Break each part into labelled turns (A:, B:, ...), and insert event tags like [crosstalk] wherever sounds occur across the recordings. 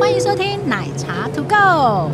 A: 欢迎收听奶茶 To Go。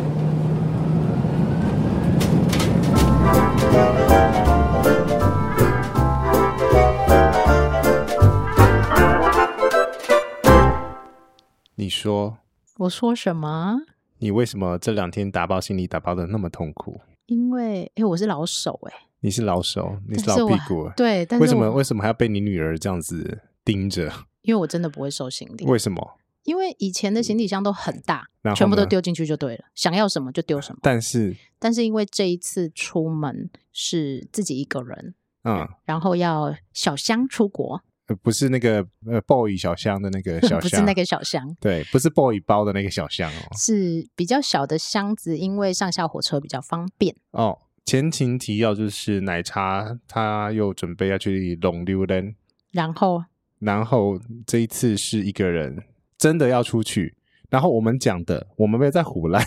B: 你说
A: 我说什么？
B: 你为什么这两天打包行李打包的那么痛苦？
A: 因为哎、诶我是老手哎、
B: 你是老手，你是
A: 但是
B: 老
A: 我
B: 屁股了，
A: 对，但是
B: 为什么
A: 我
B: 为什么还要被你女儿这样子盯着？
A: 因为我真的不会收行李，
B: 为什么？
A: 因为以前的行李箱都很大
B: 然，后
A: 全部都
B: 呢
A: 丢进去就对了，想要什么就丢什么。
B: 但是，
A: 但是因为这一次出门是自己一个人，
B: 嗯，
A: 然后要小箱出国，
B: 呃不是那个呃 boy 小箱的那
A: [laughs]
B: 个小箱，哦
A: 不是那个小箱，
B: 对，不是 boy 包的那个小哦箱
A: 是比较小的箱子，因为上下火车比较方便。
B: 哦。哦，前情提要就是奶茶他又准备要去龙溜人，
A: 然后
B: 然后这一次是一个人真的要出去，然后我们讲的我们没有在
A: [laughs]
B: 胡乱，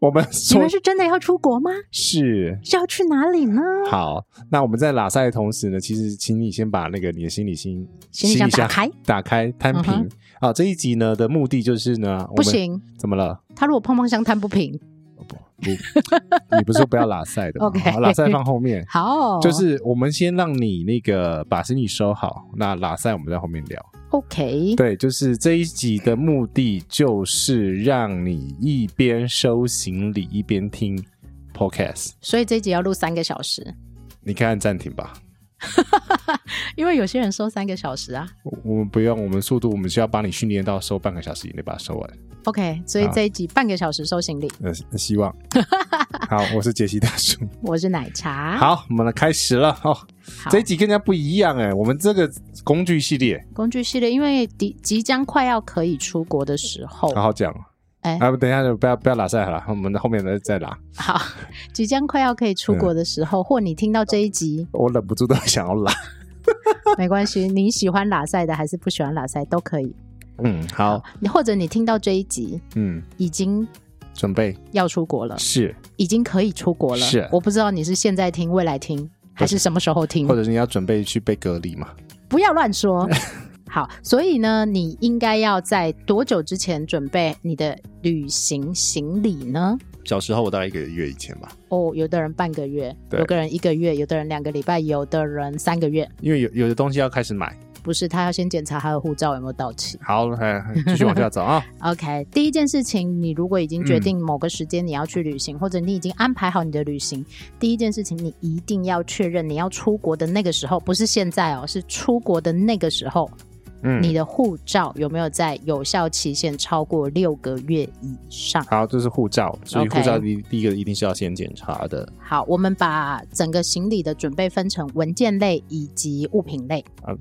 B: 我们
A: 你
B: 说
A: 们是真的要出国吗？
B: 是
A: 是要去哪里呢？
B: 好，那我们在拉塞的同时呢，其实请你先把那个你的行李心
A: 行李箱打开，
B: 打开摊平。
A: 嗯
B: 好、这一集呢的目的就是呢，我
A: 不
B: 们
A: 行，
B: 怎么了？
A: 他如果碰碰箱摊不平，
B: 不，你不是说不要拉塞的
A: [laughs]
B: 吗
A: OK 哦
B: 好拉塞放
A: [laughs]
B: 后面。
A: 好，
B: 就是我们先让你那个把行李收好，那拉塞我们在后面聊。 [laughs]
A: OK，
B: 对，就是这一集的目的就是让你一边收行李一边听 podcast。
A: 所以这一集要录三个小时，
B: 你看按暂停吧，
A: 因为有些人收三个小时啊。
B: 我我们不用，我们速度，我们需要帮你训练到收半个小时以内把它收完。
A: OK，所以
B: 好
A: 这一集半个小时收行李，
B: 呃，希 [laughs] 望。好，我是杰西大叔。
A: 我是奶茶。，
B: [laughs] 好，我们来开始了哦。
A: 好
B: 这一集跟人家不一样哎，我们这个工具系列
A: 工具系列，因为即即将快要可以出国的时候，
B: 好好讲。
A: 哎
B: 啊，等一下，不要不要拉塞好了，我们后面再再拉。
A: 好，即将快要可以出国的时
B: 嗯
A: 候，或你听到这一
B: [laughs]
A: 集，
B: 我忍不住都想 [laughs] 要拉。
A: 没关系，你喜欢拉塞的还是不喜欢拉塞都可以，
B: 嗯，好，
A: 你或者你听到这一集
B: 嗯，
A: 已经
B: 准备
A: 要出国了，
B: 是，
A: 已经可以出国了，
B: 是
A: 我不知道你是现在听、未来听还是什么时候听
B: 或，者是你要准备去被隔离嘛？
A: 不要乱说。好，所以呢，你应该要在多久之前准备你的旅行行李呢？
B: 小时候我大概一个月以前吧，
A: 哦，有的人半个月，
B: 对
A: 有的人一个月，有的人两个礼拜，有的人三个月。
B: 因为有有的东西要开始买。
A: 不是，他要先检查他的护照有没有到期。
B: 好，哎，继续往下
A: [laughs]
B: 走啊。
A: OK，第一件事情，你如果已经决定某个时间你要去旅行，或者你已经安排好你的旅行，第一件事情你一定要确认你要出国的那个时候，不是现在哦，是出国的那个时候，
B: 嗯，
A: 你的护照有没有在有效期限超过六个月以上？
B: 好，这是护照，所以
A: OK
B: 护照第第一个一定是要先检查的。
A: 好，我们把整个行李的准备分成文件类以及物品类
B: 啊。，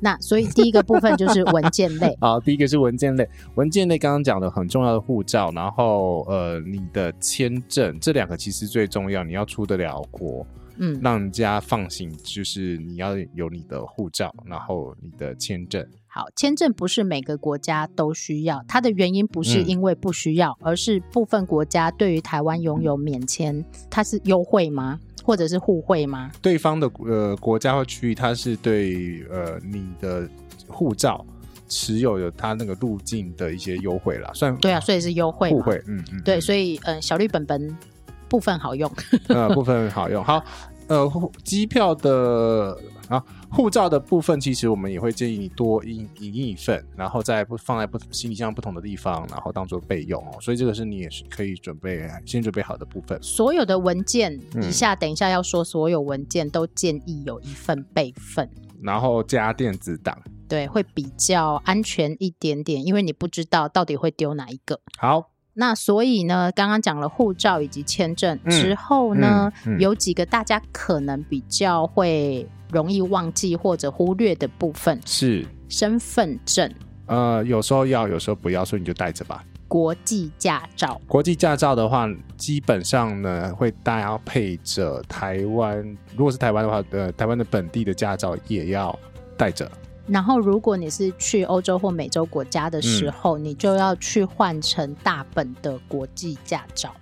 A: 那所以第一个部分就是文件类
B: [laughs] 好，第一个是文件类，文件类刚刚讲的很重要的护照，然后呃你的签证，这两个其实最重要，你要出得了国，
A: 嗯，
B: 让人家放心，就是你要有你的护照，然后你的签证。
A: 好，签证不是每个国家都需要，它的原因不是
B: 嗯
A: 因为不需要，而是部分国家对于台湾拥有免签，它是优惠吗？或者是互惠吗？
B: 对方的呃国家或区域，它是对呃你的护照持有有它那个路径的一些优惠啦，算
A: 对啊，所以是优惠嘛。
B: 互惠，嗯嗯，
A: 对，
B: 嗯
A: 所以嗯、呃小绿本本部分好用。
B: 呃，部分好用。好，呃，护机票的啊，护照的部分，其实我们也会建议你多印影印一份，然后再不放在不行李箱不同的地方，然后当做备用哦。所以这个是你也是可以准备先准备好的部分。
A: 所有的文件，
B: 嗯
A: 以下等一下要说，所有文件都建议有一份备份。
B: 然后加电子档。
A: 对，会比较安全一点点，因为你不知道到底会丢哪一个。
B: 好，
A: 那所以呢，刚刚讲了护照以及签证、
B: 嗯
A: 之后呢，
B: 嗯嗯
A: 有几个大家可能比较会容易忘记或者忽略的部分：
B: 是
A: 身份证、
B: 呃，有时候要，有时候不要，所以你就带着吧。
A: 国际驾照。
B: 国际驾照的话，基本上呢会搭配着台湾，如果是台湾的话，呃，台湾的本地的驾照也要带着。
A: 然后，如果你是去欧洲或美洲
B: 嗯
A: 国家的时候，你就要去换成大本的国际驾照。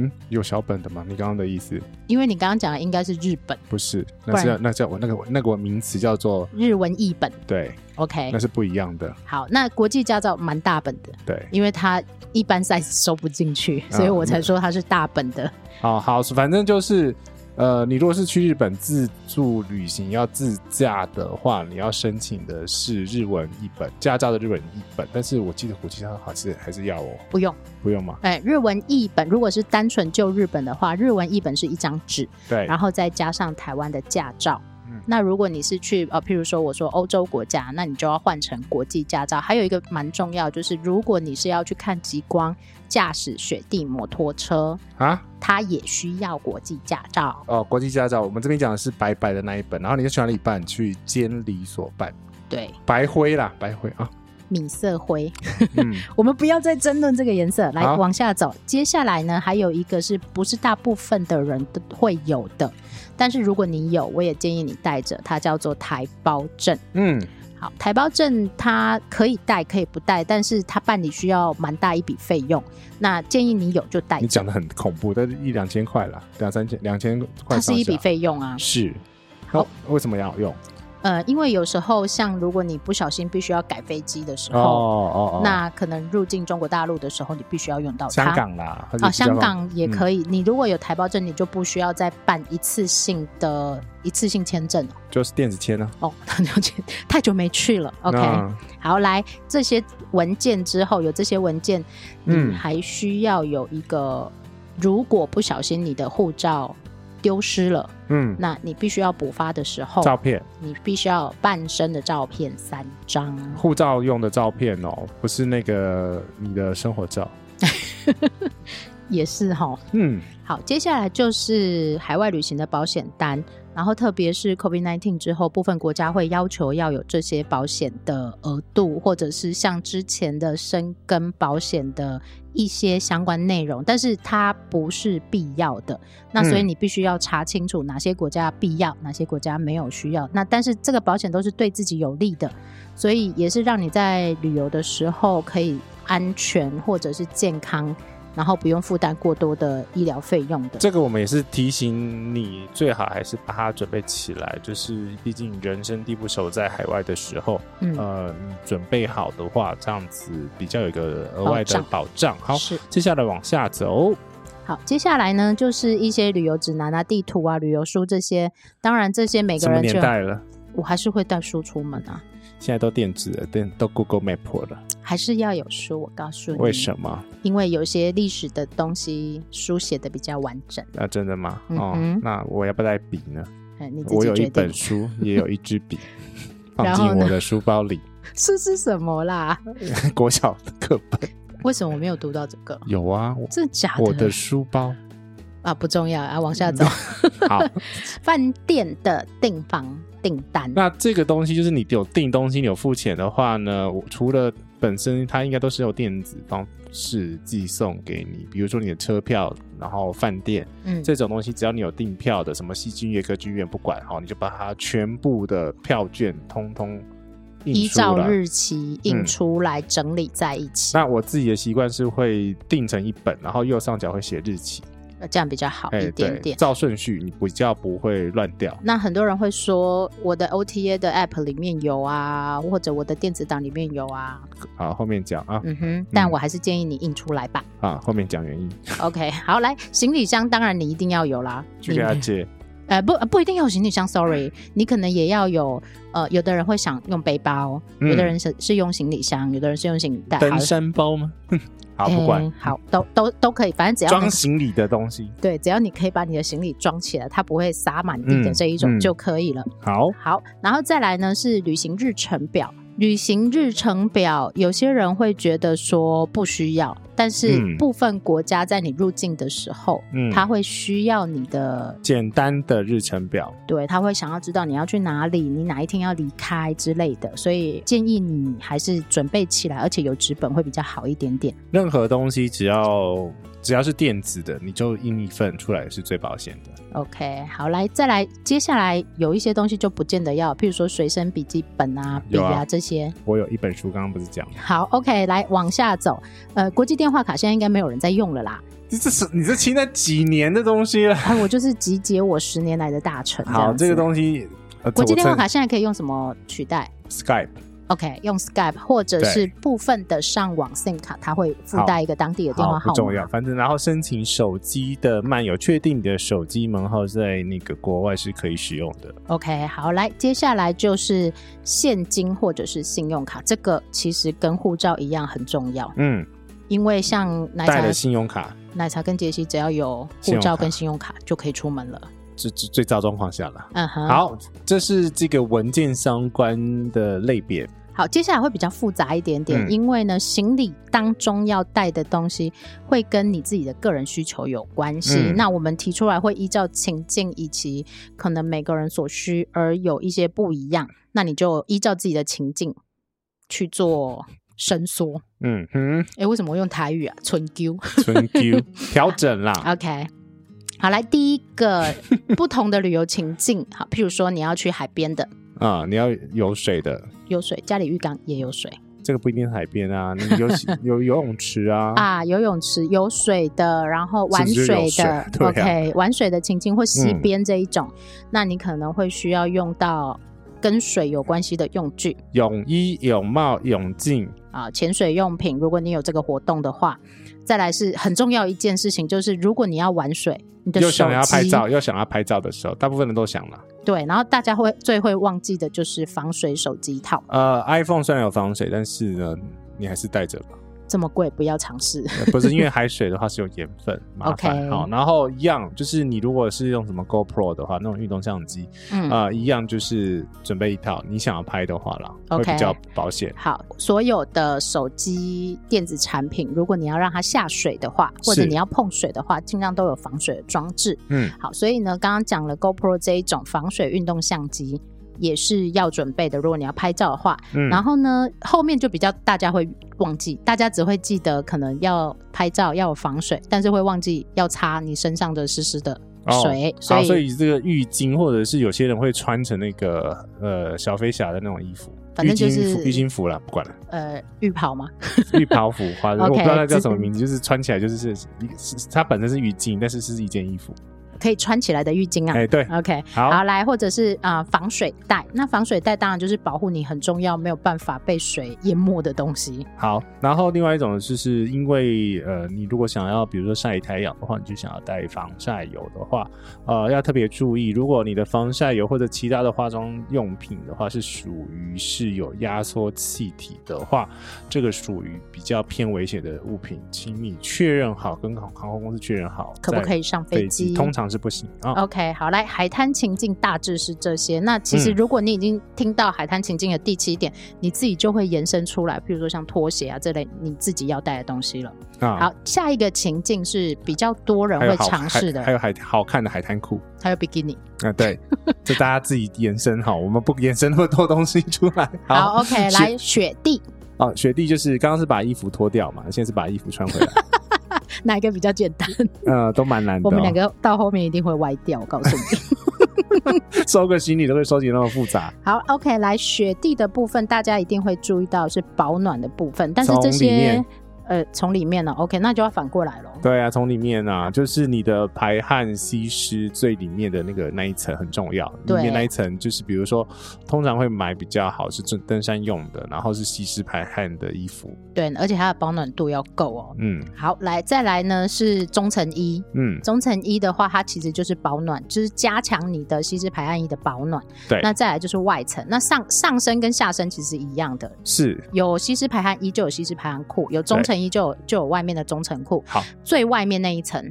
B: 嗯，有小本的吗？你刚刚的意思
A: 因为你刚刚讲的应该是日本
B: 不是？
A: 不
B: 那
A: 然
B: 是那叫我那个那个名词叫做
A: 日文译本。
B: 对，
A: OK，
B: 那是不一样的。
A: 好，那国际驾照蛮大本的，
B: 对，
A: 因为它一般 size 收不进去，
B: 啊
A: 所以我才说它是大本的。
B: 好好，反正就是呃，你如果是去日本自助旅行要自驾的话，你要申请的是日文译本驾照的日文译本，但是我记得国际上好像是还是要哦，
A: 不用，
B: 不用吗？
A: 哎，日文译本如果是单纯就日本的话，日文译本是一张纸，
B: 对
A: 然，后再加上台湾的驾照。
B: 嗯
A: 那如果你是去呃，譬如说我说欧洲国家，那你就要换成国际驾照。还有一个蛮重要，就是如果你是要去看极光、驾驶雪地摩托车，
B: 啊，
A: 它也需要国际驾照。
B: 哦，国际驾照，我们这边讲的是白白的那一本，然后你就去哪里办？去监理所办，
A: 对，
B: 白灰啦，白灰啊，
A: 米色灰。
B: 嗯，
A: 我们不要再争论这个颜色，来
B: 好
A: 往下走。接下来呢，还有一个是不是大部分的人都会有的？但是如果你有，我也建议你带着，它叫做台胞证。
B: 嗯，
A: 好，台胞证它可以带，可以不带，但是它办理需要蛮大一笔费用。那建议你有就带
B: 你，讲的很恐怖，但是一两千块啦，两三千两千块
A: 它
B: 上下，
A: 是一笔费用啊。
B: 是，那
A: 好
B: 为什么要用？
A: 呃，因为有时候像如果你不小心必须要改飞机的时
B: 哦
A: 候，
B: 哦哦，
A: 那可能入境中国大陆的时候，你必须要用到它。
B: 香港啦，或者
A: 啊，
B: 比较
A: 香港也
B: 嗯
A: 可以。你如果有台胞证，你就不需要再办一次性的一次性签证了
B: 就是电子签啊。
A: 哦。了解，太久没去了。OK，
B: 那
A: 好，来这些文件之后，有这些文件，
B: 嗯
A: 你还需要有一个，如果不小心你的护照丢失了，
B: 嗯，
A: 那你必须要补发的时候，
B: 照片，
A: 你必须要有半身的照片三张。
B: 护照用的照片哦，不是那个你的生活照。
A: 也是哈，
B: 嗯，
A: 好，接下来就是海外旅行的保险单，然后特别是 COVID-19 之后，部分国家会要求要有这些保险的额度，或者是像之前的生根保险的一些相关内容，但是它不是必要的。那所以
B: 嗯
A: 你必须要查清楚哪些国家必要，哪些国家没有需要。那但是这个保险都是对自己有利的，所以也是让你在旅游的时候可以安全或者是健康，然后不用负担过多的医疗费用的。
B: 这个我们也是提醒你，最好还是把它准备起来，就是毕竟人生地不熟，在海外的时候，
A: 嗯，
B: 呃，你准备好的话，这样子比较有一个额外的保障。好，
A: 是
B: 接下来往下走，
A: 好。接下来呢，就是一些旅游指南啊、地图啊、旅游书这些。当然，这些每
B: 什
A: 个
B: 么
A: 人
B: 年
A: 就
B: 代了？
A: 我还是会带书出门啊，
B: 现在都电子了，电都 Google Map 了，
A: 还是要有书。我告诉你，
B: 为什么？
A: 因为有些历史的东西书写的比较完整。
B: 啊，真的吗？哦
A: 嗯，哼
B: 那我要不要带笔呢？
A: 嗯，你自
B: 我
A: 己
B: 有一
A: 决
B: 本
A: 定
B: 书，也有一支
A: [laughs]
B: 笔，放
A: 然
B: 进
A: 后呢
B: 我的书包里。 [laughs]
A: 书是什么啦？
B: 国小的课
A: [laughs]
B: 本
A: 为什么我没有读到这个？
B: 有啊，我
A: 真的假
B: 我的书包。
A: 啊，不重要啊，往下走。
B: 嗯好，
A: 饭店的订房订单，
B: 那这个东西就是你有订东西，你有付钱的话呢，我除了本身它应该都是有电子方式寄送给你，比如说你的车票，然后饭店
A: 嗯，
B: 这种东西，只要你有订票的，什么戏剧院、歌剧院，不管好，你就把它全部的票券通通印
A: 依
B: 出
A: 照
B: 来。
A: 日期印出来，整理在一起，
B: 那我自己的习惯是会订成一本，然后右上角会写日期，
A: 呃这样比较好一点
B: 哎对，
A: 点。
B: 照顺序，你比较不会乱掉。
A: 那很多人会说，我的 OTA 的 App 里面有啊，或者我的电子档里面有啊，
B: 好，后面讲啊
A: 嗯哼，但
B: 嗯
A: 我还是建议你印出来吧。
B: 啊，后面讲原因，
A: OK，好，来行李箱，当然你一定要有啦，
B: 去
A: 你
B: 给他解。
A: 呃，不，呃不一定要有行李箱。Sorry，你可能也要有。呃，有的人会想用背包，有的
B: 嗯
A: 人是是用行李箱，有的人是用行李袋。
B: 登
A: 好
B: 山包吗？ [laughs] 好，啊不管
A: 嗯好，都都都可以，反正只要
B: 装
A: 能
B: 行李的东西。
A: 对，只要你可以把你的行李装起来，它不会撒满地的
B: 嗯
A: 这一种
B: 嗯
A: 就可以了。
B: 好，
A: 好，然后再来呢是旅行日程表。旅行日程表，有些人会觉得说不需要，但是
B: 嗯
A: 部分国家在你入境的时候，
B: 嗯
A: 他会需要你的
B: 简单的日程表。
A: 对，他会想要知道你要去哪里，你哪一天要离开之类的，所以建议你还是准备起来，而且有纸本会比较好一点点。
B: 任何东西只要只要是电子的，你就印一份出来是最保险的。
A: OK，好，来再来，接下来有一些东西就不见得要，譬如说随身笔记本啊、笔
B: 有啊
A: 啊这些。
B: 我有一本书，刚刚不是讲吗
A: 好，OK，来往下走。呃，国际电电话卡现在应该没有人在用了啦。
B: 这这是你这清了几年的东西了？
A: 哎，我就是集结我十年来的大成。
B: 好，
A: 这
B: 这个
A: 西，
B: 东西，呃
A: 国际电话卡现在可以用什么取代
B: ，Skype，
A: ？OK，用 Skype 或者
B: 对
A: 是部分的上网 SIM 卡，它会附
B: 好
A: 带一个当地的电
B: 好
A: 话
B: 不
A: 号
B: 重
A: 码
B: 要，。反正然后申请手机的漫游，确定你的手机门号在那个国外是可以使用的。
A: OK，好，来，接下来就是现金或者是信用卡，这个其实跟护照一样很重要，
B: 嗯，
A: 因为像奶
B: 带
A: 茶
B: 了、信用卡，
A: 奶茶跟杰西，只要有护
B: 信用
A: 照
B: 卡
A: 跟信用卡就可以出门了。
B: 这这最糟状况下了。
A: 嗯哼，
B: 好，这是这个文件相关的类别。
A: 好，接下来会比较复杂一点点，
B: 嗯
A: 因为呢，行李当中要带的东西会跟你自己的个人需求有关系。
B: 嗯
A: 那我们提出来会依照情境以及可能每个人所需而有一些不一样，那你就依照自己的情境去做伸缩。
B: 嗯哼，
A: 诶，为什么我用台语啊？纯 Q。
B: 存 [laughs] Q 调整啦。
A: OK，好，来第一
B: [laughs]
A: 个不同的旅游情境，好，譬如说你要去海边的，
B: 啊、你要有水的，
A: 有水，家里浴缸也有水。
B: 这个不一定是海边啊，你有 [laughs] 有游泳池啊。
A: 啊，游泳池有水的，然后玩
B: 是不
A: 水
B: 是有
A: 的
B: 水对啊
A: o k 玩水的情境或溪
B: 嗯
A: 边这一种，那你可能会需要用到跟水有关系的用具
B: 泳衣、泳帽、泳镜，
A: 啊，潜水用品。如果你有这个活动的话，再来是很重要一件事情，就是如果你要玩水，你的
B: 又
A: 手
B: 想要拍
A: 机
B: 照，又想要拍照的时候，大部分人都想了。
A: 对，然后大家会最会忘记的就是防水手机套，
B: 呃，iPhone 虽然有防水，但是呢，你还是带着吧。
A: 这么贵不要尝试。
B: 呃不是因为海水的话是有盐分，麻烦。
A: [laughs] OK
B: 好，然后一样就是你如果是用什么 GoPro 的话，那种运动相机，
A: 嗯，
B: 啊，一样就是准备一套，你想要拍的话啦，会
A: OK
B: 比较保险。
A: 好，所有的手机电子产品，如果你要让它下水的话，或者
B: 是
A: 你要碰水的话，尽量都有防水的装置。
B: 嗯，
A: 好，所以呢，刚刚讲了 GoPro 这一种防水运动相机也是要准备的。如果你要拍照的话，
B: 嗯
A: 然后呢，后面就比较大家会忘记，大家只会记得可能要拍照要有防水，但是会忘记要擦你身上的湿湿的
B: 哦
A: 水。
B: 啊，所
A: 以
B: 以这个浴巾，或者是有些人会穿成那个呃小飞侠的那种衣服，
A: 反正就
B: 浴巾
A: 是
B: 服浴巾服啦，不管了，
A: 呃，浴袍嘛，
B: 浴袍服，
A: [laughs]
B: 花
A: OK，
B: 我不知道它叫
A: 这
B: 什么名字，就是穿起来就是是是它本身是浴巾，但是是一件衣服。
A: 可以穿起来的浴巾啊。
B: 哎，对，
A: OK，
B: 好
A: 好，来，或者是啊、呃防水袋。那防水袋当然就是保护你很重要，没有办法被水淹没的东西。
B: 好，然后另外一种就是因为呃，你如果想要比如说晒太阳的话，你就想要带防晒油的话，呃，要特别注意，如果你的防晒油或者其他的化妆用品的话是属于是有压缩气体的话，这个属于比较偏危险的物品，请你确认好，跟航航空公司确认好，
A: 可不
B: 再
A: 可以上飞
B: 飞
A: 机
B: 通常是不行啊。
A: OK，好，来，海滩情境大致是这些。那其实
B: 嗯
A: 如果你已经听到海滩情境的第七点，你自己就会延伸出来，譬如说像拖鞋啊这类你自己要带的东西了。
B: 啊
A: 好，下一个情境是比较多人
B: 还有
A: 会
B: 好
A: 尝
B: 还
A: 试的，
B: 还有海好看的海滩裤
A: 还有比基尼。
B: 啊，对，这大家自己延伸好，我们不延伸那么多东西出来。
A: 好，OK，
B: 是
A: 来雪地，
B: 哦，雪地就是刚刚是把衣服脱掉嘛，现在是把衣服穿回来，
A: [laughs] 哪一个比较简单？
B: 呃，都蛮难的、
A: 我
B: 哦。
A: 们两个到后面一定会歪掉，我告诉你。
B: [laughs] 收个行李都会收集那么复杂，
A: 好，OK，来雪地的部分，大家一定会注意到是保暖的部分，但是
B: 从
A: 这
B: 里面
A: 些呃从里面呢，OK，那就要反过来了。
B: 对啊，从里面啊，就是你的排汗吸湿最里面的那个那一层很重要，里
A: 对
B: 面那一层就是比如说，通常会买比较好是登登山用的，然后是吸湿排汗的衣服，
A: 对，而且它的保暖度要够哦。
B: 嗯
A: 好，来再来呢是中层衣，
B: 嗯，
A: 中层衣的话，它其实就是保暖，就是加强你的吸湿排汗衣的保暖。
B: 对
A: 那再来就是外层，那上上身跟下身其实一样的，
B: 是
A: 有吸湿排汗衣就有吸湿排汗裤，有中层衣就有就有外面的中层裤。
B: 好，
A: 最外面那一层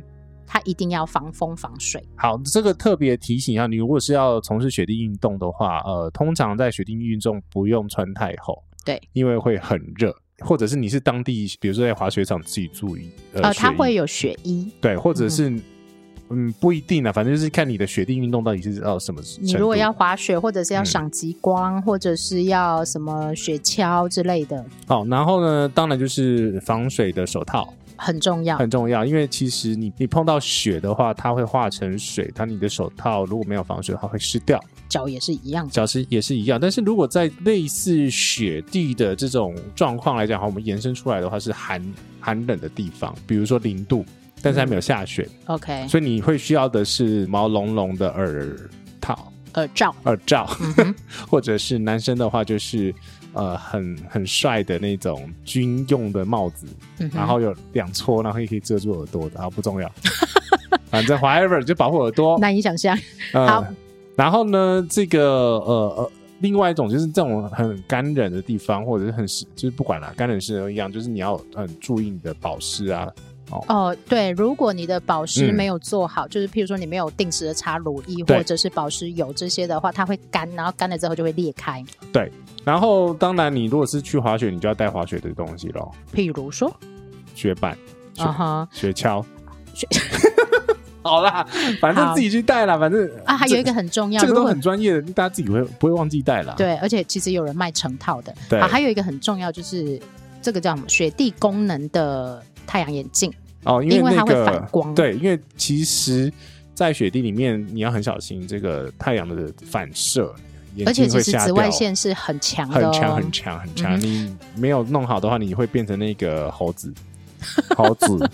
A: 它一定要防风防水。
B: 好，这个特别提醒一下，你如果是要从事雪地运动的话，呃，通常在雪地运动不用穿太厚，
A: 对，
B: 因为会很热，或者是你是当地，比如说在滑雪场自己注意，呃，
A: 呃，
B: 雪
A: 它
B: 衣
A: 会有雪衣。
B: 对，或者是嗯不一定啊，反正就是看你的雪地运动到底是呃到什么程度。
A: 你如果要滑雪，或者是要
B: 嗯
A: 赏极光，或者是要什么雪橇之类的，
B: 好，然后呢，当然就是防水的手套
A: 很重要。
B: 很重要，因为其实你你碰到雪的话，它会化成水，它你的手套如果没有防水的话会湿掉。
A: 脚也是一样的。
B: 小时也是一样，但是如果在类似雪地的这种状况来讲，哈，我们延伸出来的话是寒寒冷的地方，比如说零度，但是还没有下雪，
A: OK，
B: 所以你会需要的是毛茸茸的耳套、
A: 耳罩，
B: 耳罩，
A: 呃嗯哼，
B: 或者是男生的话就是呃很很帅的那种军用的帽子，
A: 嗯哼
B: [laughs] 然后有两撮，然后也可以遮住耳朵的，然后不重要，反正 whatever 就保护耳朵。
A: 难以想象。好
B: 呃，然后呢，这个呃呃，另外一种就是这种很干冷的地方，或者是很湿，就是不管啦，干冷湿都一样，就是你要很注意你的保湿啊。
A: 哦，对，如果你的保湿
B: 嗯
A: 没有做好，就是譬如说你没有定时的擦乳液
B: 对
A: 或者是保湿油这些的话，它会干，然后干了之后就会裂开。
B: 然后，当然你如果是去滑雪，你就要带滑雪的东西咯，
A: 譬如说，
B: 雪板、雪、
A: 啊哈
B: 雪橇、
A: 雪
B: 好啦，反
A: [laughs]
B: 正
A: 好
B: 自己去带啦，反正
A: 啊，还有一个很重要，
B: 这个
A: 如
B: 都
A: 果
B: 很专业的，大家自己会不会忘记带啦？
A: 对，而且其实有人卖成套的。
B: 对
A: 啊，还有一个很重要就是这个叫什么雪地功能的太阳眼镜，
B: 哦，因
A: 因为它
B: 那
A: 会
B: 个
A: 反光
B: 对，因为其实，在雪地里面你要很小心这个太阳的反射，眼
A: 而且
B: 睛
A: 其
B: 会
A: 实
B: 下
A: 紫
B: 掉
A: 外线是很强
B: 很
A: 的、哦，
B: 强很强很强，
A: 嗯
B: 你没有弄好的话，你会变成那个猴子。猴
A: [laughs]
B: 子，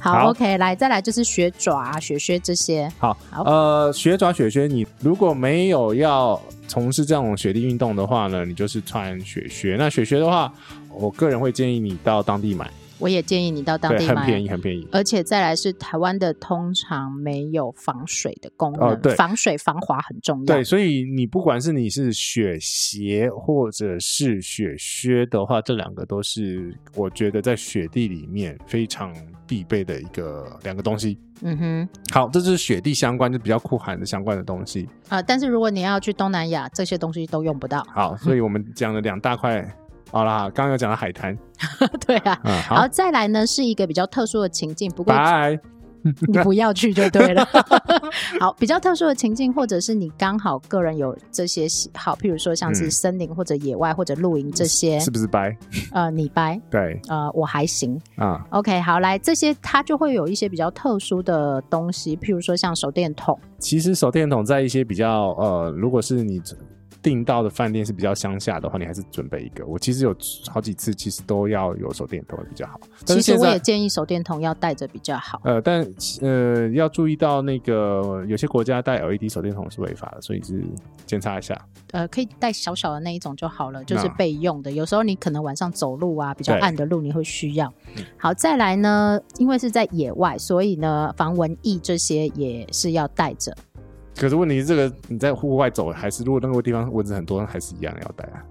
A: 好
B: 好
A: o k 来，再来就是雪爪、啊、雪靴这些。
B: 好，
A: 好
B: 呃，雪爪雪靴，你如果没有要从事这种雪地运动的话呢，你就是穿雪靴。那雪靴的话，我个人会建议你到当地买，
A: 我也建议你到当地
B: 对，很便
A: 买。
B: 宜，很便宜。
A: 而且再来是台湾的，通常没有防水的功能，
B: 哦对
A: 防水防滑很重要。
B: 对，所以你不管是你是雪鞋或者是雪靴的话，这两个都是我觉得在雪地里面非常必备的一个两个东西。
A: 嗯哼，
B: 好，这是雪地相关，就比较酷寒的相关的东西。
A: 啊、但是如果你要去东南亚，这些东西都用不到。 [laughs]
B: 好，所以我们讲了两大块。好啦，刚刚有讲到海滩，
A: 对啊，
B: 嗯，
A: 然
B: 好
A: 后，再来呢是一个比较特殊的情境，不过
B: 拜。 [laughs]
A: 你不要去就对了。 [laughs] 好，比较特殊的情境，或者是你刚好个人有这些喜好，譬如说像是
B: 嗯
A: 森林或者野外或者露营这些，
B: 是不是拜？
A: 呃，你掰，
B: 对
A: 呃，我还行。
B: 啊，
A: OK，好，来这些它就会有一些比较特殊的东西，譬如说像手电筒，
B: 其实手电筒在一些比较呃，如果是你订到的饭店是比较乡下的话，你还是准备一个。我其实有好几次，其实都要有手电筒会比较好。但
A: 其实
B: 是现
A: 我也
B: 在
A: 建议手电筒要带着比较好。
B: 呃，但呃要注意到那个有些国家带 LED 手电筒是违法的，所以是检查一下。
A: 呃，可以带小小的那一种就好了，就是
B: 那
A: 备用的。有时候你可能晚上走路啊，比较
B: 对
A: 暗的路你会需要
B: 嗯。
A: 好，再来呢，因为是在野外，所以呢，防蚊液这些也是要带着。
B: 可是问题是，这个你在户外走，还是如果那个地方蚊子很多，还是一样要带啊？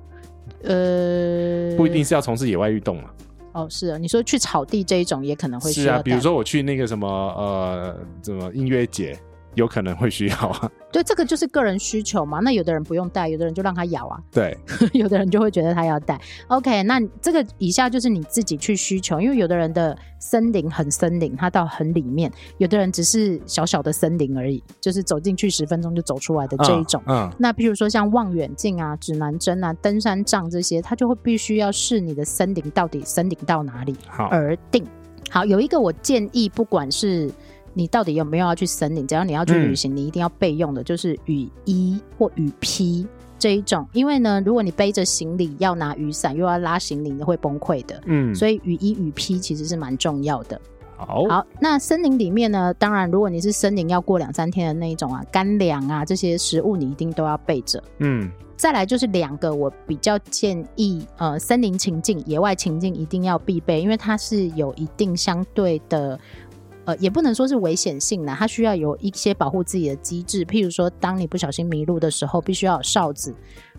A: 呃，
B: 不一定是要从事野外运动嘛？
A: 哦，是啊，你说去草地这一种也可能会需
B: 是
A: 要
B: 啊，
A: 带
B: 比如说我去那个什么呃，什么音乐节，有可能会需要啊。 [laughs]
A: 对，这个就是个人需求嘛。那有的人不用带，有的人就让他咬啊，
B: 对，
A: 有的人就会觉得他要带。OK，那这个以下就是你自己去需求，因为有的人的森林很森林，他到很里面；有的人只是小小的森林而已，就是走进去十分钟就走出来的这一种。
B: 嗯，嗯
A: 那譬如说像望远镜啊、指南针啊、登山杖这些，它就会必须要视你的森林到底森林到哪里。
B: 好，
A: 而定。好，有一个我建议，不管是你到底有没有要去森林，只要你要去
B: 嗯
A: 旅行，你一定要备用的，就是雨衣或雨披这一种。因为呢，如果你背着行李要拿雨伞，又要拉行李，你会崩溃的。
B: 嗯，
A: 所以雨衣、雨披其实是蛮重要的。
B: 好，
A: 好，那森林里面呢，当然如果你是森林要过两三天的那一种啊，干粮啊这些食物你一定都要备着。
B: 嗯，
A: 再来就是两个，我比较建议，呃，森林情境、野外情境一定要必备，因为它是有一定相对的，呃，也不能说是危险性啦，它需要有一些保护自己的机制，譬如说，当你不小心迷路的时候，必须要有哨子，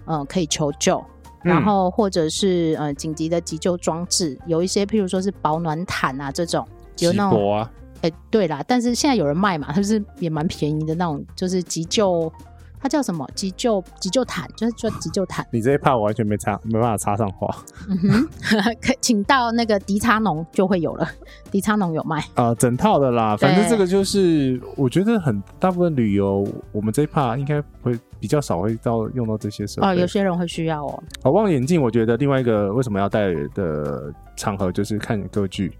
A: 呃，可以求救，
B: 嗯
A: 然后或者是呃紧急的急救装置，有一些譬如说是保暖毯啊这种，有
B: 直
A: 那种，
B: 播啊，
A: 哎、对啦，但是现在有人卖嘛，它是也蛮便宜的那种，就是急救。它叫什么？急救急救毯，就是叫急救毯。
B: 你这一趴我完全没插，没办法插上话
A: 嗯哼， [laughs] 可请到那个迪叉农就会有了，迪叉农有卖。
B: 啊，整套的啦，反正
A: 对
B: 这个就是我觉得很大部分旅游，我们这一趴应该会比较少会到用到这些设备。
A: 哦，有些人会需要哦。
B: 好，望远镜，我觉得另外一个为什么要戴的场合就是看歌剧，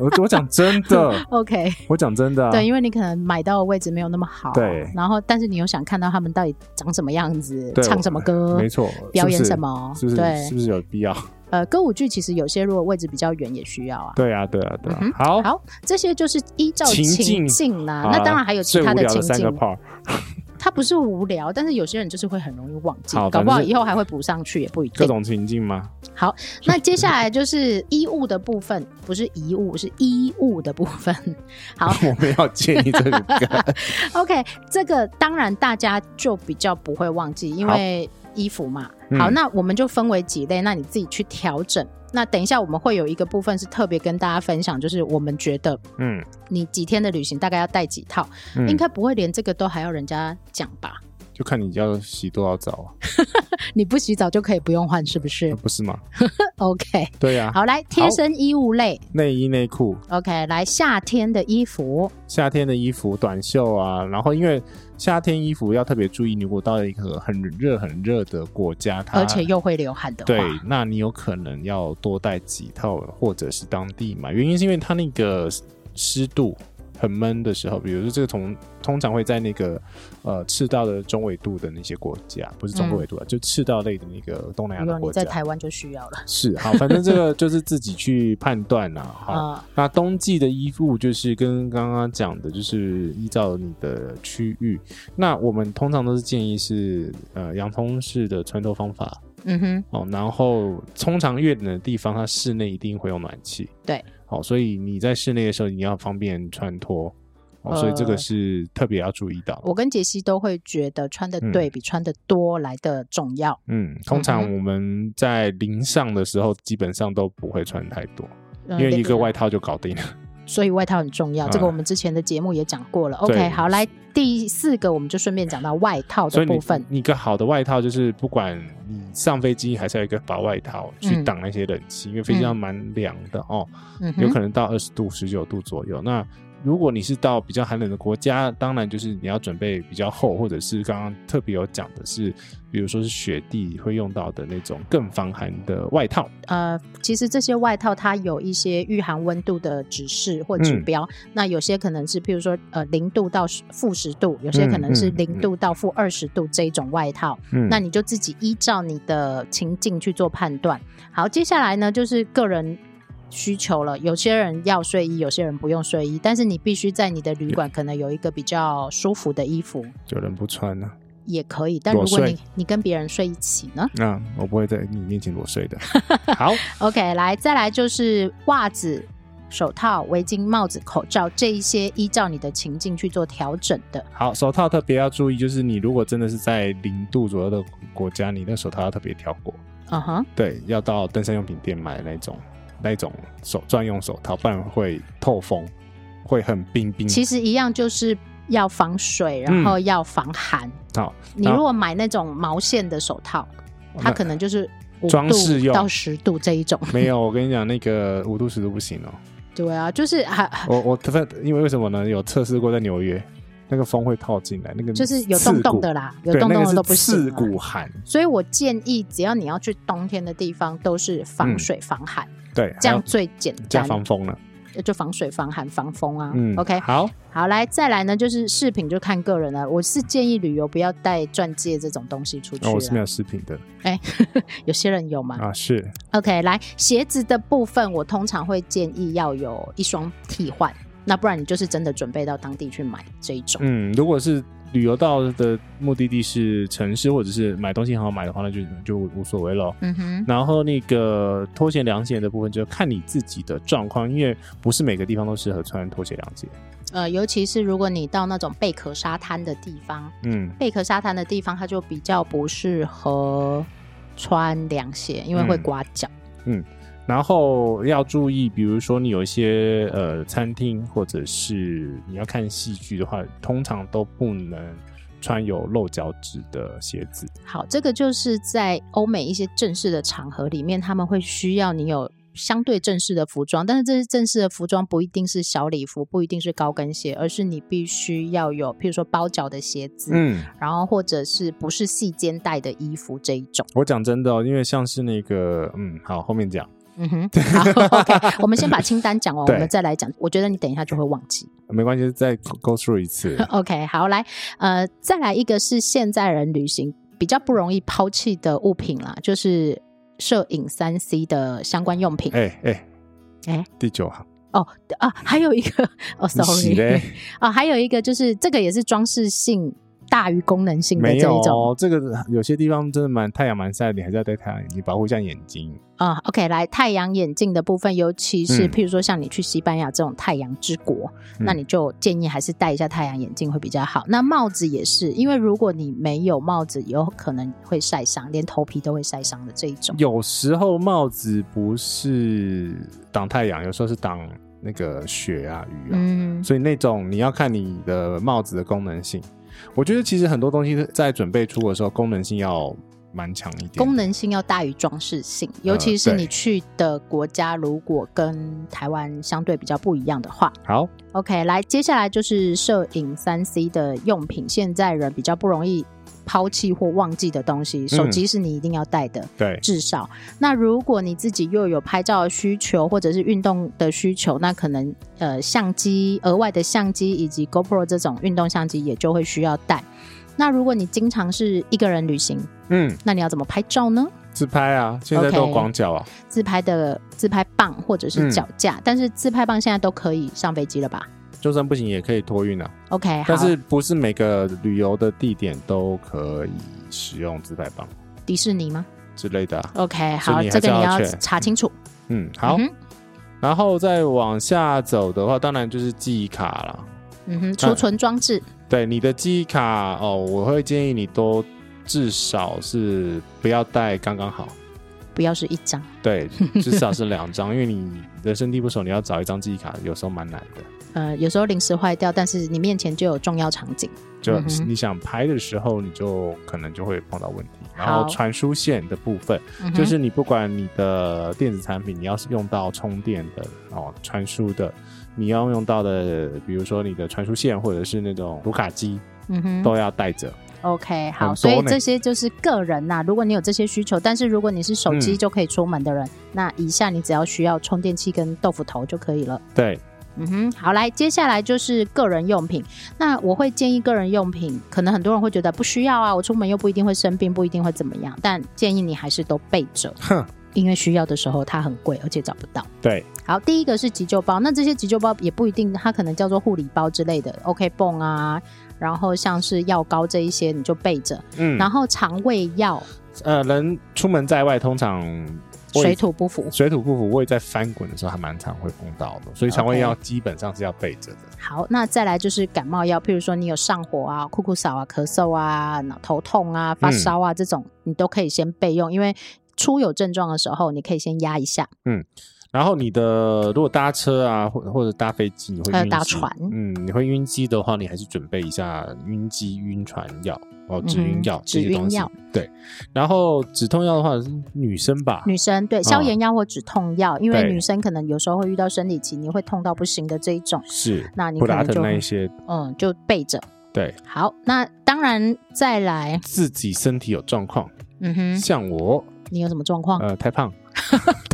B: 我我讲真的，
A: OK，
B: 我讲真的啊，
A: 对，因为你可能买到的位置没有那么好，
B: 对
A: 然后但是你又想看到他们到底长什么样子，
B: 对
A: 唱什么歌
B: 没，错，
A: [laughs] 表
B: 是
A: 演
B: 不是
A: 什？么，
B: 是不是
A: 对
B: 是，不是有必要？
A: 呃，歌舞剧其实有些如果位置比较远也需要啊。
B: 对啊，对啊，对啊。
A: 嗯哼
B: 好，
A: 好，这些就是依照
B: 情
A: 情
B: 境
A: 境啦、
B: 好啊
A: 那当然还有其
B: 最
A: 他
B: 无聊
A: 情
B: 的三个
A: 境，
B: part，
A: 它不是无聊，但是有些人就是会很容易忘记
B: 好，
A: 搞不
B: 反
A: 好
B: 正是
A: 以后还会补上去，也不一
B: 各
A: 定。
B: 种情境吗？ [laughs]
A: 那接下来就是衣物的部分，不是遗物，是衣物的部分。
B: [laughs]
A: 好，
B: 我没有建议这个
A: [laughs] OK，这个当然大家就比较不会忘记，因为衣服嘛。
B: 嗯
A: 好，那我们就分为几类，那你自己去调整。那等一下我们会有一个部分是特别跟大家分享，就是我们觉得
B: 嗯，
A: 你几天的旅行大概要带几套，
B: 嗯
A: 应该不会连这个都还要人家讲吧？
B: 就看你要洗多少澡
A: 你不洗澡就可以不用换，是不
B: 啊，
A: 是
B: 不是吗？
A: ？OK，
B: 对呀、啊，
A: 好，来贴身衣物类
B: 内衣内裤，
A: ，OK，来夏天的衣服，
B: 夏天的衣服短袖啊，然后因为夏天衣服要特别注意，如果到一个很热很热的国家，它
A: 而且又会流汗的话，
B: 啊对，那你有可能要多带几套，或者是当地买。原因是因为它那个湿度很闷的时候，比如说这个从通常会在那个呃赤道的中纬度的那些国家，不是中
A: 嗯
B: 国纬度啊，就赤道类的那个东南亚
A: 没有
B: 的
A: 你
B: 国
A: 在
B: 家。
A: 台湾就需要了，
B: 是好，反正这个就是自己去判断
A: [laughs]
B: 啦、好，
A: 啊、
B: 那冬季的衣服就是跟刚刚讲的，就是依照你的区域。那我们通常都是建议是呃洋葱式的穿透方法
A: 嗯哼，
B: 哦，然后通常越冷的地方，它室内一定会有暖气。
A: 对，
B: 哦，所以你在室内的时候，你要方便穿脱。哦，所以这
A: 呃
B: 个是特别要注意到。
A: 我跟杰西都会觉得穿的对比穿的多来的重要。
B: 嗯，通常
A: 嗯
B: 我们在零上的时候，基本上都不会穿太多，
A: 嗯
B: 因为一个，外套就搞定了。
A: 所以外套很重要。
B: 嗯
A: 这个我们之前的节目也讲过了。
B: 对
A: OK，好，来第四个，我们就顺便讲到外套
B: 所
A: 的
B: 以你
A: 部分。
B: 你一个好的外套就是不管你上飞机还是要有一个薄外套去
A: 嗯
B: 挡那些冷气，因为飞机上蛮凉的哦，
A: 嗯
B: 有
A: 哼，
B: 可能到二十度、十九度左右。那如果你是到比较寒冷的国家，当然就是你要准备比较厚，或者是刚刚特别有讲的是，比如说是雪地会用到的那种更防寒的外套。
A: 呃，其实这些外套它有一些御寒温度的指示或
B: 嗯
A: 指标。那有些可能是，譬如说呃零度到10负十度，有些可能是
B: 嗯嗯
A: 零度到负二十度这一种外套。
B: 嗯
A: 那你就自己依照你的情境去做判断。好，接下来呢就是个人需求了，有些人要睡衣，有些人不用睡衣，但是你必须在你的旅馆可能有一个比较舒服的衣服
B: 有人不穿呢、啊
A: 也可以，但如
B: 裸
A: 果
B: 睡
A: 你你跟别人睡一起呢
B: 那我不会在你面前裸
A: [laughs]
B: 睡的。好，
A: ？OK，来再来就是袜子。手套、围巾、帽子、口罩这一些，依照你的情境去做调整的。
B: 好，手套特别要注意，就是你如果真的是在零度左右的国家，你的手套要特别挑过，
A: 嗯哼，
B: 对，要到登山用品店买那种那种手专用手套，不然会透风，会很冰冰。
A: 其实一样就是要防水，然
B: 嗯
A: 后要防寒。
B: 好，
A: 你如果买那种毛线的手套，它
B: 哦那
A: 可能就是五
B: 装饰
A: 度
B: 用
A: 到十度这一种。
B: 没有，我跟你讲，那个五度十度不行
A: [laughs]
B: 哦、
A: 对啊，就是还
B: 我我特别因为为什么呢？有测试过在纽约，那个风会套进来，那个
A: 就是有洞洞的
B: 啦，
A: 啦，有
B: 对，
A: 洞
B: 那
A: 洞
B: 个
A: 的
B: 是
A: 都不行
B: 刺
A: 啊。
B: 骨寒，
A: 所以我建议，只要你要去冬天的地方，都是防
B: 嗯
A: 水、防寒，
B: 对，
A: 这样
B: 还有
A: 最简
B: 加
A: 单。
B: 防风了。
A: 就防水、防寒、防风啊。
B: 嗯
A: OK，
B: 好，
A: 好，来再来呢，就是饰品就看个人了。我是建议旅游不要带钻戒这种东西出去
B: 哦那、我是没
A: 啦。哎
B: 有视频的
A: [laughs] 有些人有嘛，
B: 啊，是
A: OK，来鞋子的部分，我通常会建议要有一双替换，那不然你就是真的准备到当地去买这一种。
B: 嗯，如果是旅游到的目的地是城市，或者是买东西很好买的话，那就就无所谓咯。
A: 嗯哼，
B: 然后那个拖鞋、凉鞋的部分，就看你自己的状况，因为不是每个地方都适合穿拖鞋、凉鞋。
A: 呃，尤其是如果你到那种贝壳沙滩的地方，
B: 嗯，
A: 贝壳沙滩的地方它就比较不适合穿凉鞋，因为会
B: 嗯
A: 刮脚。
B: 然后要注意，比如说你有一些呃餐厅，或者是你要看戏剧的话，通常都不能穿有露脚趾的鞋子。
A: 好，这个就是在欧美一些正式的场合里面，他们会需要你有。相对正式的服装，但是这些正式的服装不一定是小礼服，不一定是高跟鞋，而是你必须要有，譬如说包脚的鞋子，
B: 嗯，
A: 然后或者是不是细肩带的衣服这一种。
B: 我讲真的哦，因为像是那个嗯，好，后面讲。
A: 嗯哼，好，OK，我 [laughs] 们先把清单讲完，
B: 对
A: 我们再来讲。我觉得你等一下就会忘记。
B: 没关系，再 go through
A: [laughs]
B: 一次。
A: OK，好，来，呃，再来一个是现在人旅行比较不容易抛弃的物品啦，就是摄影三 C 的相关用品。
B: 哎哎
A: 哎，
B: 第九行，
A: 啊，还有一个哦
B: 你洗嘞
A: ，sorry，啊，还有一个就是这个也是装饰性大于功能性的
B: 没
A: 这
B: 有
A: 一种
B: 哦，这个有些地方真的蛮太阳蛮晒，你还是要戴太阳眼镜，保护一下眼睛。
A: 啊、o k 来太阳眼镜的部分，尤其是、
B: 嗯
A: 譬如说像你去西班牙这种太阳之国，
B: 嗯
A: 那你就建议还是戴一下太阳眼镜会比较好。那帽子也是，因为如果你没有帽子，有可能会晒伤，连头皮都会晒伤的这一种。
B: 有时候帽子不是挡太阳，有时候是挡那个雪啊、雨啊。
A: 嗯，
B: 所以那种你要看你的帽子的功能性。我觉得其实很多东西在准备出国的时候，功能性要蛮强一点。
A: 功能性要大于装饰性，尤其是
B: 呃对
A: 你去的国家如果跟台湾相对比较不一样的话。
B: 好，
A: OK，来，接下来就是摄影三 C 的用品，现在人比较不容易抛弃或忘记的东西，
B: 嗯
A: 手机是你一定要带的。
B: 对，
A: 至少，那如果你自己又有拍照的需求，或者是运动的需求，那可能呃相机额外的相机以及 GoPro 这种运动相机也就会需要带。那如果你经常是一个人旅行，
B: 嗯，
A: 那你要怎么拍照呢？
B: 自拍啊，现在都有
A: OK
B: 广角啊
A: 自拍的自拍棒或者是
B: 嗯
A: 脚架，但是自拍棒现在都可以上飞机了吧
B: 就算不行也可以托运啊。
A: ？OK，好
B: 但是不是每个旅游的地点都可以使用自拍棒
A: 迪士尼吗
B: 之类的、啊。
A: ？OK，
B: 所以
A: 好，
B: 你还
A: 这个
B: 是
A: 你要
B: 要去
A: 查清楚。
B: 嗯，好。
A: 嗯哼
B: 然后再往下走的话，当然就是记忆卡啦。
A: 嗯哼，储存装置，
B: 对你的记忆卡哦，我会建议你都至少是不要带刚刚好。
A: 不要是一张。
B: 对，至少是两张，因为你人生地不熟，你要找一张记忆卡，有时候蛮难的。
A: 呃，有时候临时坏掉，但是你面前就有重要场景。
B: 就
A: 嗯哼
B: 你想拍的时候，你就可能就会碰到问题。然后
A: 好
B: 传输线的部分，
A: 嗯哼
B: 就是你不管你的电子产品，你要是用到充电的哦，传输的，你要用到的，比如说你的传输线或者是那种读卡机，
A: 嗯哼，
B: 都要带着。
A: OK，
B: 很
A: 好，
B: 多
A: 所以
B: 呢
A: 这些就是个人呐、如果你有这些需求，但是如果你是手机
B: 嗯
A: 就可以出门的人，那以下你只要需要充电器跟豆腐头就可以了。
B: 对，
A: 嗯哼，好，来，接下来就是个人用品。那我会建议个人用品，可能很多人会觉得不需要啊，我出门又不一定会生病，不一定会怎么样，但建议你还是都备着，
B: 哼，
A: 因为需要的时候它很贵，而且找不到。
B: 对，
A: 好，第一个是急救包，那这些急救包也不一定，它可能叫做护理包之类
B: 嗯
A: 的，OK 泵啊，然后像是药膏这一些你就备着，
B: 嗯，
A: 然后肠胃药
B: 呃，人出门在外通常胃
A: 水土不服。
B: 水土不服，胃在翻滚的时候还蛮常会碰到的，所以肠胃
A: OK
B: 药基本上是要备着的。
A: 好，那再来就是感冒药，譬如说你有上火啊、酷酷嗽啊、咳嗽啊、脑头痛啊、
B: 嗯
A: 发烧啊、这种，你都可以先备用，因为初有症状的时候，你可以先压一下。
B: 然后你的如果搭车啊，或或者搭飞机，你会
A: 呃
B: 晕机
A: 搭船
B: 嗯，你会晕机的话，你还是准备一下晕机、晕船药哦，止晕药、
A: 嗯
B: 这些东
A: 止
B: 西
A: 晕药。
B: 对，然后止痛药的话，女生吧，
A: 女生对消炎药或止痛药，因为
B: 哦对
A: 女生可能有时候会遇到生理期，你会痛到不行的这一种，
B: 是
A: 那你
B: 普
A: 可
B: 拉
A: 能
B: 特
A: 就
B: 那一些，
A: 嗯就备着。
B: 对
A: 好，那当然再来，
B: 自己身体有状况，
A: 嗯哦哼，
B: 像我
A: 你有什么状况？ [laughs]
B: 呃太胖，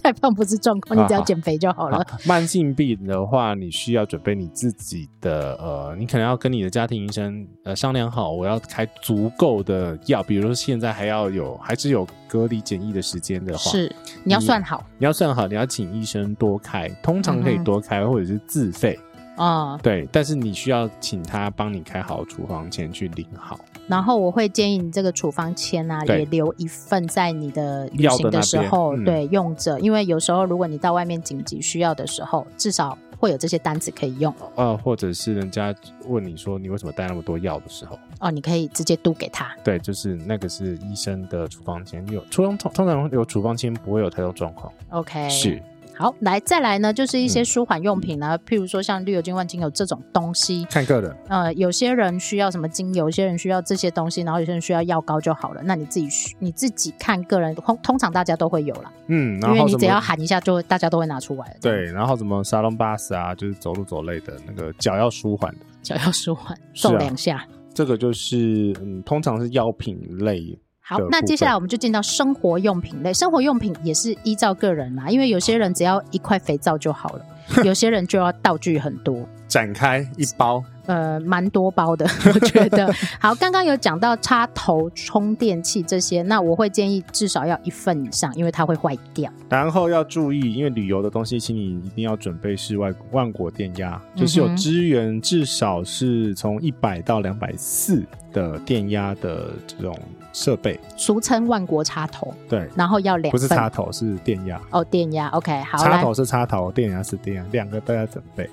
A: 太胖不是状况，
B: 啊
A: 你只要
B: 好
A: 减肥就好了。
B: 好 [laughs] 慢性病的话，你需要准备你自己的呃，你可能要跟你的家庭医生呃商量好，我要开足够的药，比如说现在还要有还是有隔离检疫的时间的话，
A: 是，你要
B: 你
A: 算好
B: 你要算好，你要请医生多开，通常
A: 嗯
B: 可以多开或者是自费，
A: 啊、嗯
B: 对，但是你需要请他帮你开好处方前去领好
A: 然后我会建议你这个处方签啊，
B: 对
A: 也留一份在你的旅
B: 药的
A: 行
B: 那
A: 时
B: 边
A: 候，
B: 嗯
A: 对，用着，因为有时候如果你到外面紧急需要的时候，至少会有这些单子可以用
B: 呃，或者是人家问你说你为什么带那么多药的时候，
A: 哦，你可以直接嘟给他。
B: 对，就是那个是医生的处方签，有处方通通常有处方签不会有太多状况，
A: OK，
B: 是。嗯
A: 好，来再来呢，就是一些舒缓用品啦、譬如说像绿油精、万精油这种东西，
B: 看个人，
A: 呃，有些人需要什么精油，有些人需要这些东西，然后有些人需要药膏就好了。那你自己需你自己看个人，通通常大家都会有啦，
B: 嗯，
A: 因
B: 然
A: 为
B: 后
A: 你
B: 什
A: 只要
B: 么？
A: 喊一下就大家都会拿出来了。
B: 对，然后什么沙龙巴士啊，就是走路走累的那个脚要舒缓的，
A: 只要舒缓，
B: 是啊
A: 动两下。
B: 这个就是嗯，通常是药品类
A: 好
B: 的，
A: 那
B: 部
A: 接下来
B: 分
A: 我们就进到生活用品类。生活用品也是依照个人啦，因为有些人只要一块肥皂就好
B: [laughs]
A: 了，有些人就要道具很多，
B: 展开一包，
A: 呃，蛮多包的， [laughs] 我觉
B: [laughs]
A: 得。好，刚刚有讲到插头、充电器这些，那我会建议至少要一份以上，因为它会坏掉。
B: 然后要注意，因为旅游的东西，请你一定要准备室外万国电压，就是
A: 嗯
B: 有
A: 哼
B: 支援至少是从一百到两百四的电压的这种设备，
A: 俗称万国插头，
B: 对，
A: 然后要两份
B: 不是插头是电压，
A: 哦，电压 OK 好
B: 插
A: 来，
B: 头是插头，电压是电压，两个都要准备。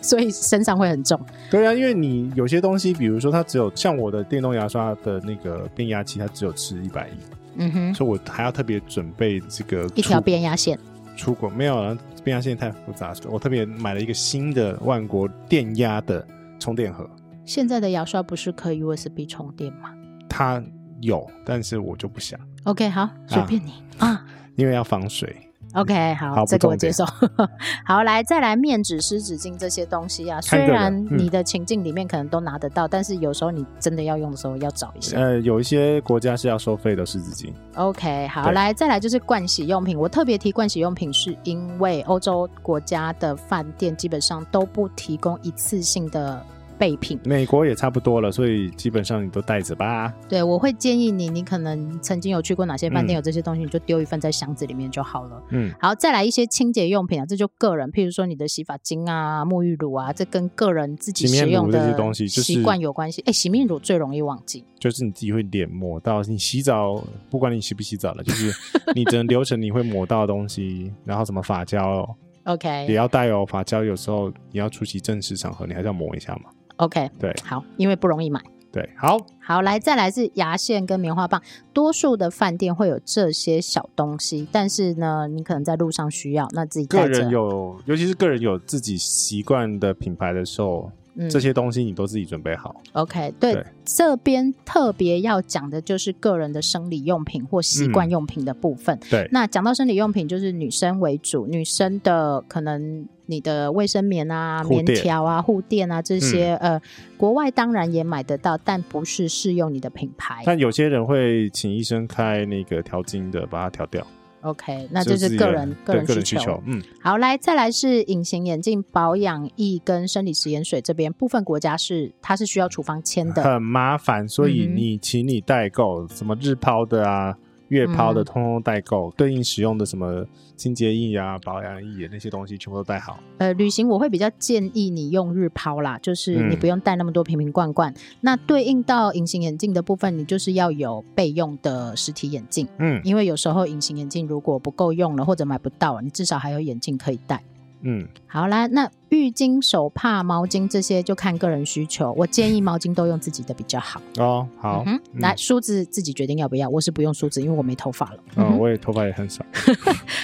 A: 所以身上会很重。
B: 对啊，因为你有些东西，比如说它只有像我的电动牙刷的那个变压器，它只有吃一百一，
A: 嗯哼，
B: 所以我还要特别准备这个
A: 一条
B: 出
A: 变压线。
B: 出国没有了，变压线太复杂，我特别买了一个新的万国电压的充电盒，
A: 现在的牙刷不是可以 USB 充电吗
B: 它有，但是我就不想，
A: ？OK，好，随便你啊。
B: 因为要防水。
A: OK，好，
B: 好
A: 这个
B: 不
A: 我
B: 重点
A: 接受。 [laughs] 好，来再来面纸、湿纸巾这些东西啊，
B: 看
A: 虽
B: 个
A: 然
B: 人嗯
A: 你的情境里面可能都拿得到，但是有时候你真的要用的时候要找一下。
B: 呃，有一些国家是要收费的湿纸巾，
A: OK，好，
B: 呃对
A: 来再来就是盥洗用品。我特别提盥洗用品，是因为欧洲国家的饭店基本上都不提供一次性的备品。
B: 美国也差不多了，所以基本上你都带着吧。
A: 对，我会建议你，你可能曾经有去过哪些饭店
B: 嗯
A: 有这些东西，你就丢一份在箱子里面就好了。
B: 嗯，
A: 好，再来一些清洁用品啊，这就个人，譬如说你的洗发精啊、沐浴乳啊，这跟个人自己
B: 洗面
A: 使
B: 乳
A: 用
B: 这
A: 的
B: 些东西就是
A: 习惯有关系。哎、洗面乳最容易忘记，
B: 就是你自己会脸抹到，你洗澡不管你洗不洗澡了，就是
A: [laughs]
B: 你整个流程你会抹到的东西，然后什么发胶哦也
A: OK
B: 要带哦，发胶有时候你要出席正式场合，你还是要抹一下嘛。
A: OK，
B: 对
A: 好，因为不容易买。
B: 对，好，
A: 好，来再来是牙线跟棉花棒，多数的饭店会有这些小东西，但是呢，你可能在路上需要，那自己带
B: 个
A: 着。
B: 人有，尤其是个人有自己习惯的品牌的时候，
A: 嗯
B: 这些东西你都自己准备好。
A: OK，对，
B: 对
A: 这边特别要讲的就是个人的生理用品或
B: 嗯
A: 习惯用品的部分。
B: 对
A: 那讲到生理用品，就是女生为主，女生的可能你的卫生棉啊、
B: 护
A: 棉
B: 垫嗯
A: 条啊、护垫啊这些，呃，国外当然也买得到，但不是适用你的品牌。
B: 但有些人会请医生开那个调经的，把它调掉。
A: OK，那这是
B: 自己
A: 个
B: 的
A: 人
B: 对个人
A: 需
B: 需
A: 求
B: 求。。嗯，
A: 好，来再来是隐形眼镜、保养液跟生理食盐水这边，部分国家是它是需要处方签的。
B: 很麻烦，所以
A: 嗯哼
B: 你请你代购，什么日抛的啊、月抛的，
A: 嗯
B: 通通代购，对应使用的什么清洁液啊、保养液那些东西，全部都带好。
A: 呃，旅行我会比较建议你用日抛啦，就是你
B: 嗯
A: 不用带那么多瓶瓶罐罐。那对应到隐形眼镜的部分，你就是要有备用的实体眼镜，
B: 嗯
A: 因为有时候隐形眼镜如果不够用了或者买不到了，你至少还有眼镜可以戴。
B: 嗯，
A: 好啦，那浴巾、手帕、毛巾这些就看个人需求。我建议毛巾都用自己的比较好。
B: 哦，好，
A: 嗯哼
B: 嗯
A: 来梳子自己决定要不要，我是不用梳子，因为我没头发了。嗯
B: 嗯，
A: 哼
B: 我也头发也很少。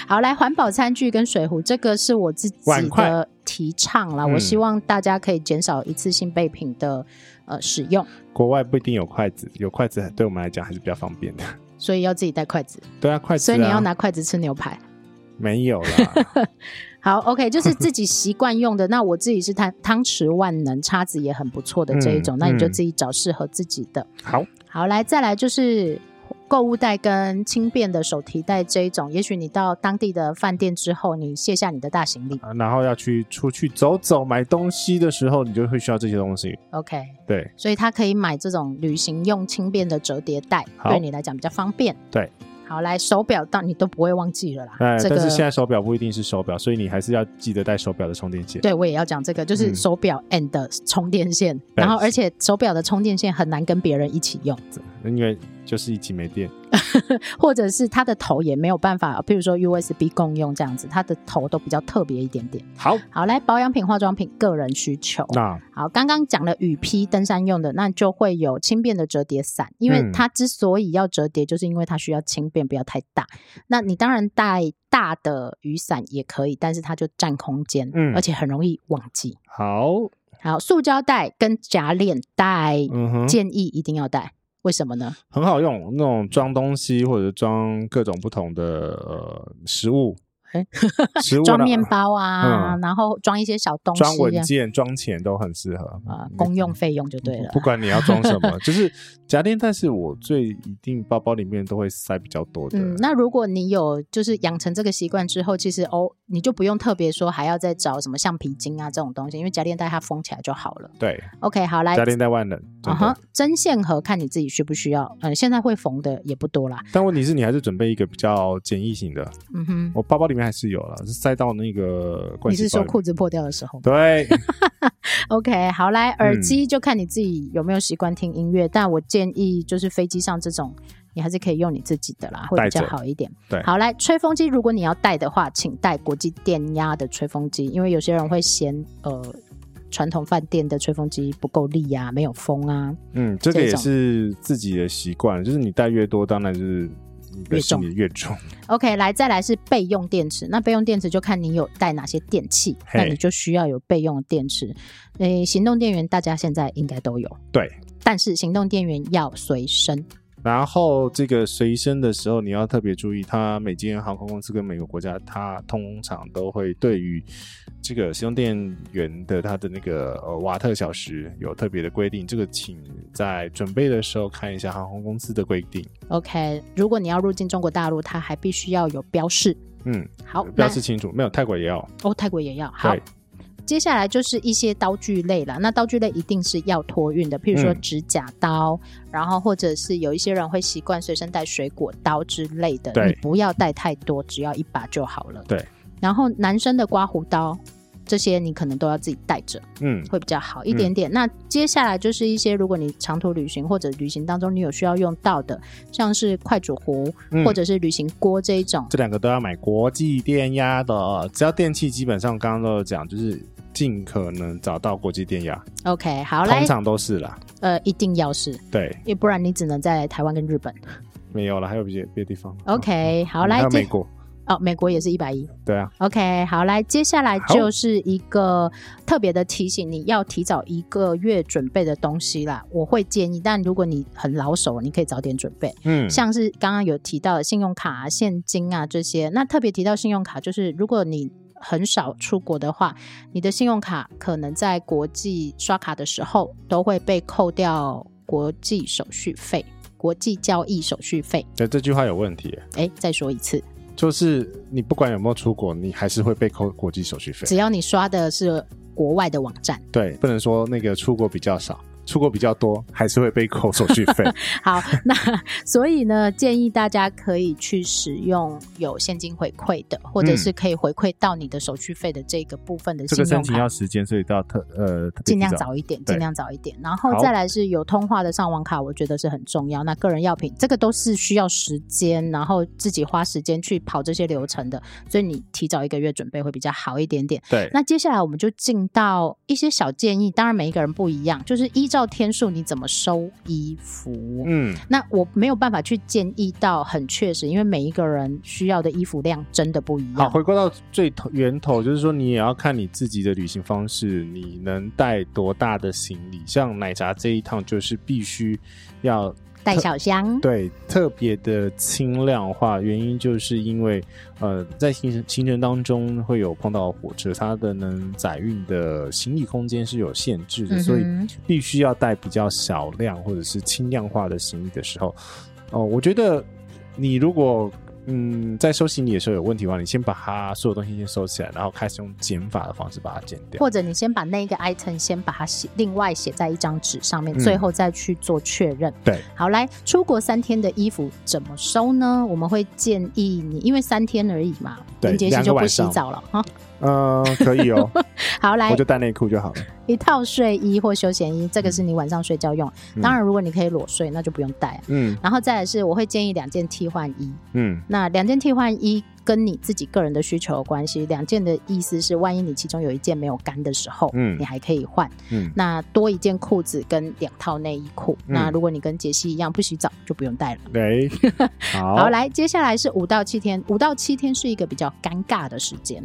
A: 好，来环保餐具跟水壶，这个是我自己
B: 碗
A: 的
B: 筷
A: 提倡啦。
B: 嗯
A: 我希望大家可以减少一次性备品的呃使用，
B: 国外不一定有筷子，有筷子对我们来讲还是比较方便的。 [laughs]
A: 所以要自己带筷子，
B: 对啊，筷子、啊，
A: 所以你要拿筷子吃牛排。
B: 没有
A: [laughs]
B: 啦，
A: 好，OK，就是自己习惯用的。那我自己是汤汤匙万能，叉子也很不错的这一种，
B: 嗯
A: 那你就
B: 嗯
A: 自己找适合自己的。
B: 好，
A: 好，来再来就是购物袋跟轻便的手提袋这一种。也许你到当地的饭店之后，你卸下你的大行李
B: 啊然后要去出去走走买东西的时候，你就会需要这些东西。
A: ，OK，
B: 对，
A: 所以他可以买这种旅行用轻便的折叠袋，
B: 好
A: 对你来讲比较方便。
B: 对，
A: 好，来手表到你都不会忘记了啦。
B: 哎，
A: 这个
B: 但是现在手表不一定是手表，所以你还是要记得带手表的充电线。
A: 对我也要讲这个，就是
B: 嗯
A: 手表 and 充电线，然后而且手表的充电线很难跟别人一起用，
B: 因为就是一起没电。
A: 或者是它的头也没有办法，譬如说 USB 共用这样子，它的头都比较特别一点点。
B: 好，
A: 好，来保养品、化妆品，个人需求。
B: 那
A: 好，刚刚讲了雨披登山用的，那就会有轻便的折叠伞，因为
B: 嗯
A: 它之所以要折叠，就是因为它需要轻便，不要太大。那你当然带大的雨伞也可以，但是它就占空间，
B: 嗯
A: 而且很容易忘记。
B: 好，
A: 好，塑胶袋跟夹链带，
B: 嗯哼，
A: 建议一定要带，为什么呢？
B: 很好用，那种装东西或者装各种不同的呃食物，
A: 哎，
B: 食物
A: 装
B: 呢
A: 面包啊，
B: 嗯
A: 然后装一些小东西、啊，
B: 装文件、装钱都很适合
A: 啊，公用费用就对了
B: 不。管你要装什
A: [laughs]
B: 么，就是夹链袋是我最一定包包里面都会塞比较多的。
A: 嗯，那如果你有就是养成这个习惯之后，其实哦，你就不用特别说还要再找什么橡皮筋啊这种东西，因为夹链带它封起来就好了。
B: 对，
A: OK，好，来
B: 夹，链袋万能，真
A: 嗯
B: 的。
A: 哼，针线盒看你自己需不需要。嗯，现在会缝的也不多啦。
B: 但问题是你还是准备一个比较简易型的。
A: 嗯哼，
B: 我包包里面还是有了，是塞到那个盥
A: 你是
B: 洗包
A: 说
B: 里面。
A: 裤子破掉的时候吗
B: 对，
A: ？OK，好，来，
B: 嗯
A: 耳机就看你自己有没有习惯听音乐，但我建议就是飞机上这种。你还是可以用你自己的啦，会比
B: 带
A: 较
B: 着
A: 好一点。
B: 对
A: 好来，吹风机如果你要带的话，请带国际电压的吹风机，因为有些人会嫌呃传统饭店的吹风机不够力啊，没有风啊。
B: 嗯，这个
A: 这
B: 也
A: 种
B: 是自己的习惯，就是你带越多，当然就是你的
A: 越
B: 心
A: 重
B: 里越重。
A: OK，来再来是备用电池，那备用电池就看你有带哪些电器，那
B: 嘿
A: 你就需要有备用电池。诶、行动电源大家现在应该都有，
B: 对，
A: 但是行动电源要随身。
B: 然后这个随身的时候，你要特别注意，它每间航空公司跟每个国家，它通常都会对于这个使用电源的它的那个呃瓦特小时有特别的规定。这个请在准备的时候看一下航空公司的规定。
A: OK，如果你要入境中国大陆，它还必须要有标示。
B: 嗯，
A: 好，
B: 标示清楚。没有泰国也要
A: 那哦，泰国也要。好
B: 对，
A: 接下来就是一些刀具类啦。那刀具类一定是要托运的，譬如说
B: 嗯
A: 指甲刀，然后或者是有一些人会习惯随身带水果刀之类的，
B: 对
A: 你不要带太多，只要一把就好了。
B: 对。
A: 然后男生的刮胡刀。这些你可能都要自己带着，
B: 嗯，
A: 会比较好一点点。那接下来就是一些，如果你长途旅行或者旅行当中你有需要用到的，像是快煮壶、
B: 嗯
A: 或者是旅行锅这一种，
B: 这两个都要买国际电压的，只要电器基本上刚刚都有讲，就是尽可能找到国际电压，
A: OK，好来
B: 通，常都是啦。
A: 呃，一定要是，
B: 对，
A: 要不然你只能在台湾跟日本。
B: 没有了，还有别别的地方。
A: OK，好
B: 哦嗯还
A: 来
B: 有美
A: 接
B: 国，
A: 哦，美国也是一百一。
B: 对啊，
A: OK，好来，接下来
B: 好
A: 就是一个特别的提醒，你要提早一个月准备的东西啦。我会建议，但如果你很老手，你可以早点准备。
B: 嗯，
A: 像是刚刚有提到的信用卡、啊、现金啊这些。那特别提到信用卡，就是如果你很少出国的话，你的信用卡可能在国际刷卡的时候都会被扣掉国际手续费、国际交易手续费。
B: 对这句话有问题耶，
A: 哎，再说一次，
B: 就是你不管有没有出国，你还是会被扣国际手续费
A: 只。要你刷的是国外的网站。
B: 对，不能说那个出国比较少，出国比较多，还是会被扣手续
A: [laughs]
B: 费。 [laughs]
A: 好，那所以呢，建议大家可以去使用有现金回馈的，或者
B: 嗯
A: 是可以回馈到你的手续费的这个部分的
B: 这
A: 信
B: 个
A: 用卡
B: 申请。要时间，所以到特呃特别
A: 尽量
B: 提
A: 早一点，
B: 对
A: 尽量早一点。然后
B: 好
A: 再来是有通话的上网卡，我觉得是很重要。那个人药品这个都是需要时间，然后自己花时间去跑这些流程的，所以你提早一个月准备会比较好一点点。
B: 对，
A: 那接下来我们就进到一些小建议，当然每一个人不一样，就是依照天数你怎么收衣服。
B: 嗯，
A: 那我没有办法去建议到很确实，因为每一个人需要的衣服量真的不一
B: 好，
A: 样。
B: 回归到最头源头，就是说你也要看你自己的旅行方式，你能带多大的行李。像奶茶这一趟就是必须要
A: 带小箱，
B: 对特别的轻量化，原因就是因为呃，在行程行程当中会有碰到火车，它的能载运的行李空间是有限制
A: 嗯
B: 的，
A: 哼
B: 所以必须要带比较小量或者是轻量化的行李的时候，哦、我觉得你如果嗯，在收行李的时候有问题的话，你先把它所有东西先收起来，然后开始用减法的方式把它减掉。
A: 或者你先把那一个 item 先把它写，另外写在一张纸上面，
B: 嗯
A: 最后再去做确认。
B: 对，
A: 好，来出国三天的衣服怎么收呢？我们会建议你，因为三天而已嘛，
B: 对
A: 林杰西
B: 两个
A: 就不
B: 晚
A: 洗
B: 上
A: 澡了哈。
B: 嗯、可以哦，
A: 好，来
B: 我就带内裤就好了。
A: 一套睡衣或休闲衣，这个是你晚上睡觉用。
B: 嗯
A: 当然，如果你可以裸睡，那就不用带啊。
B: 嗯
A: 然后再来是，我会建议两件替换衣。
B: 嗯，
A: 那两件替换衣跟你自己个人的需求有关系。两件的意思是，万一你其中有一件没有干的时候，
B: 嗯
A: 你还可以换。
B: 嗯
A: 那多一件裤子跟两套内衣裤。
B: 嗯
A: 那如果你跟杰西一样不洗澡，就不用带了。
B: 对，好，
A: 好，来，接下来是五到七天。五到七天是一个比较尴尬的时间，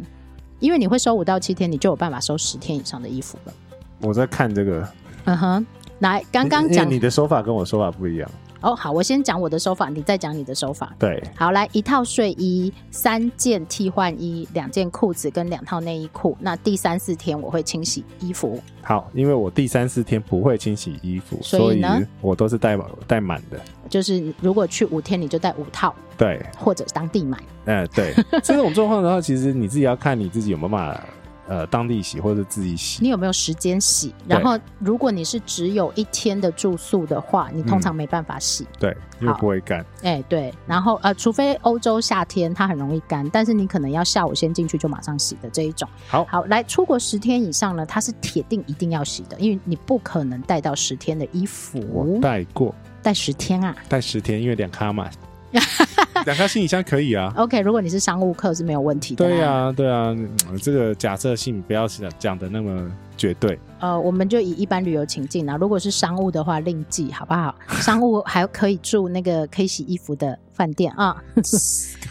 A: 因为你会收五到七天，你就有办法收十天以上的衣服了。
B: 我在看这个。
A: 嗯哼，来，刚刚
B: 因为
A: 讲
B: 你的手法跟我手法不一样，
A: 哦，好，我先讲我的手法，你再讲你的手法。
B: 对，
A: 好，来一套睡衣，三件替换衣，两件裤子跟两套内衣裤。那第三四天我会清洗衣服，
B: 好，因为我第三四天不会清洗衣服，
A: 所
B: 所
A: 以
B: 以
A: 呢
B: 我都是带满带满的。
A: 就是如果去五天你就带五套，
B: 对，
A: 或者当地买。
B: 呃，
A: [laughs]
B: 对，这种状况的话，其实你自己要看你自己有没有办法，呃，当地洗或者自己洗。
A: 你有没有时间洗？然后如果你是只有一天的住宿的话，你通常没办法洗。
B: 对，因为不会干。
A: 哎、对，然后呃，除非欧洲夏天它很容易干，但是你可能要下午先进去就马上洗的这一种。
B: 好
A: 好，来出国十天以上呢，它是铁定一定要洗的，因为你不可能带到十天的衣
B: 我
A: 服，
B: 带过，
A: 带十天啊。
B: 带十天，因为两咖
A: [laughs]
B: 嘛，两咖行李箱可以啊。
A: OK，如果你是商务客是没有问题的。
B: 对呀、、对呀、嗯这个假设性不要讲讲的那么绝对。
A: 呃，我们就以一般旅游情境啊，如果是商务的话另计，好不好？商务还可以住那个可以洗衣服的饭店啊。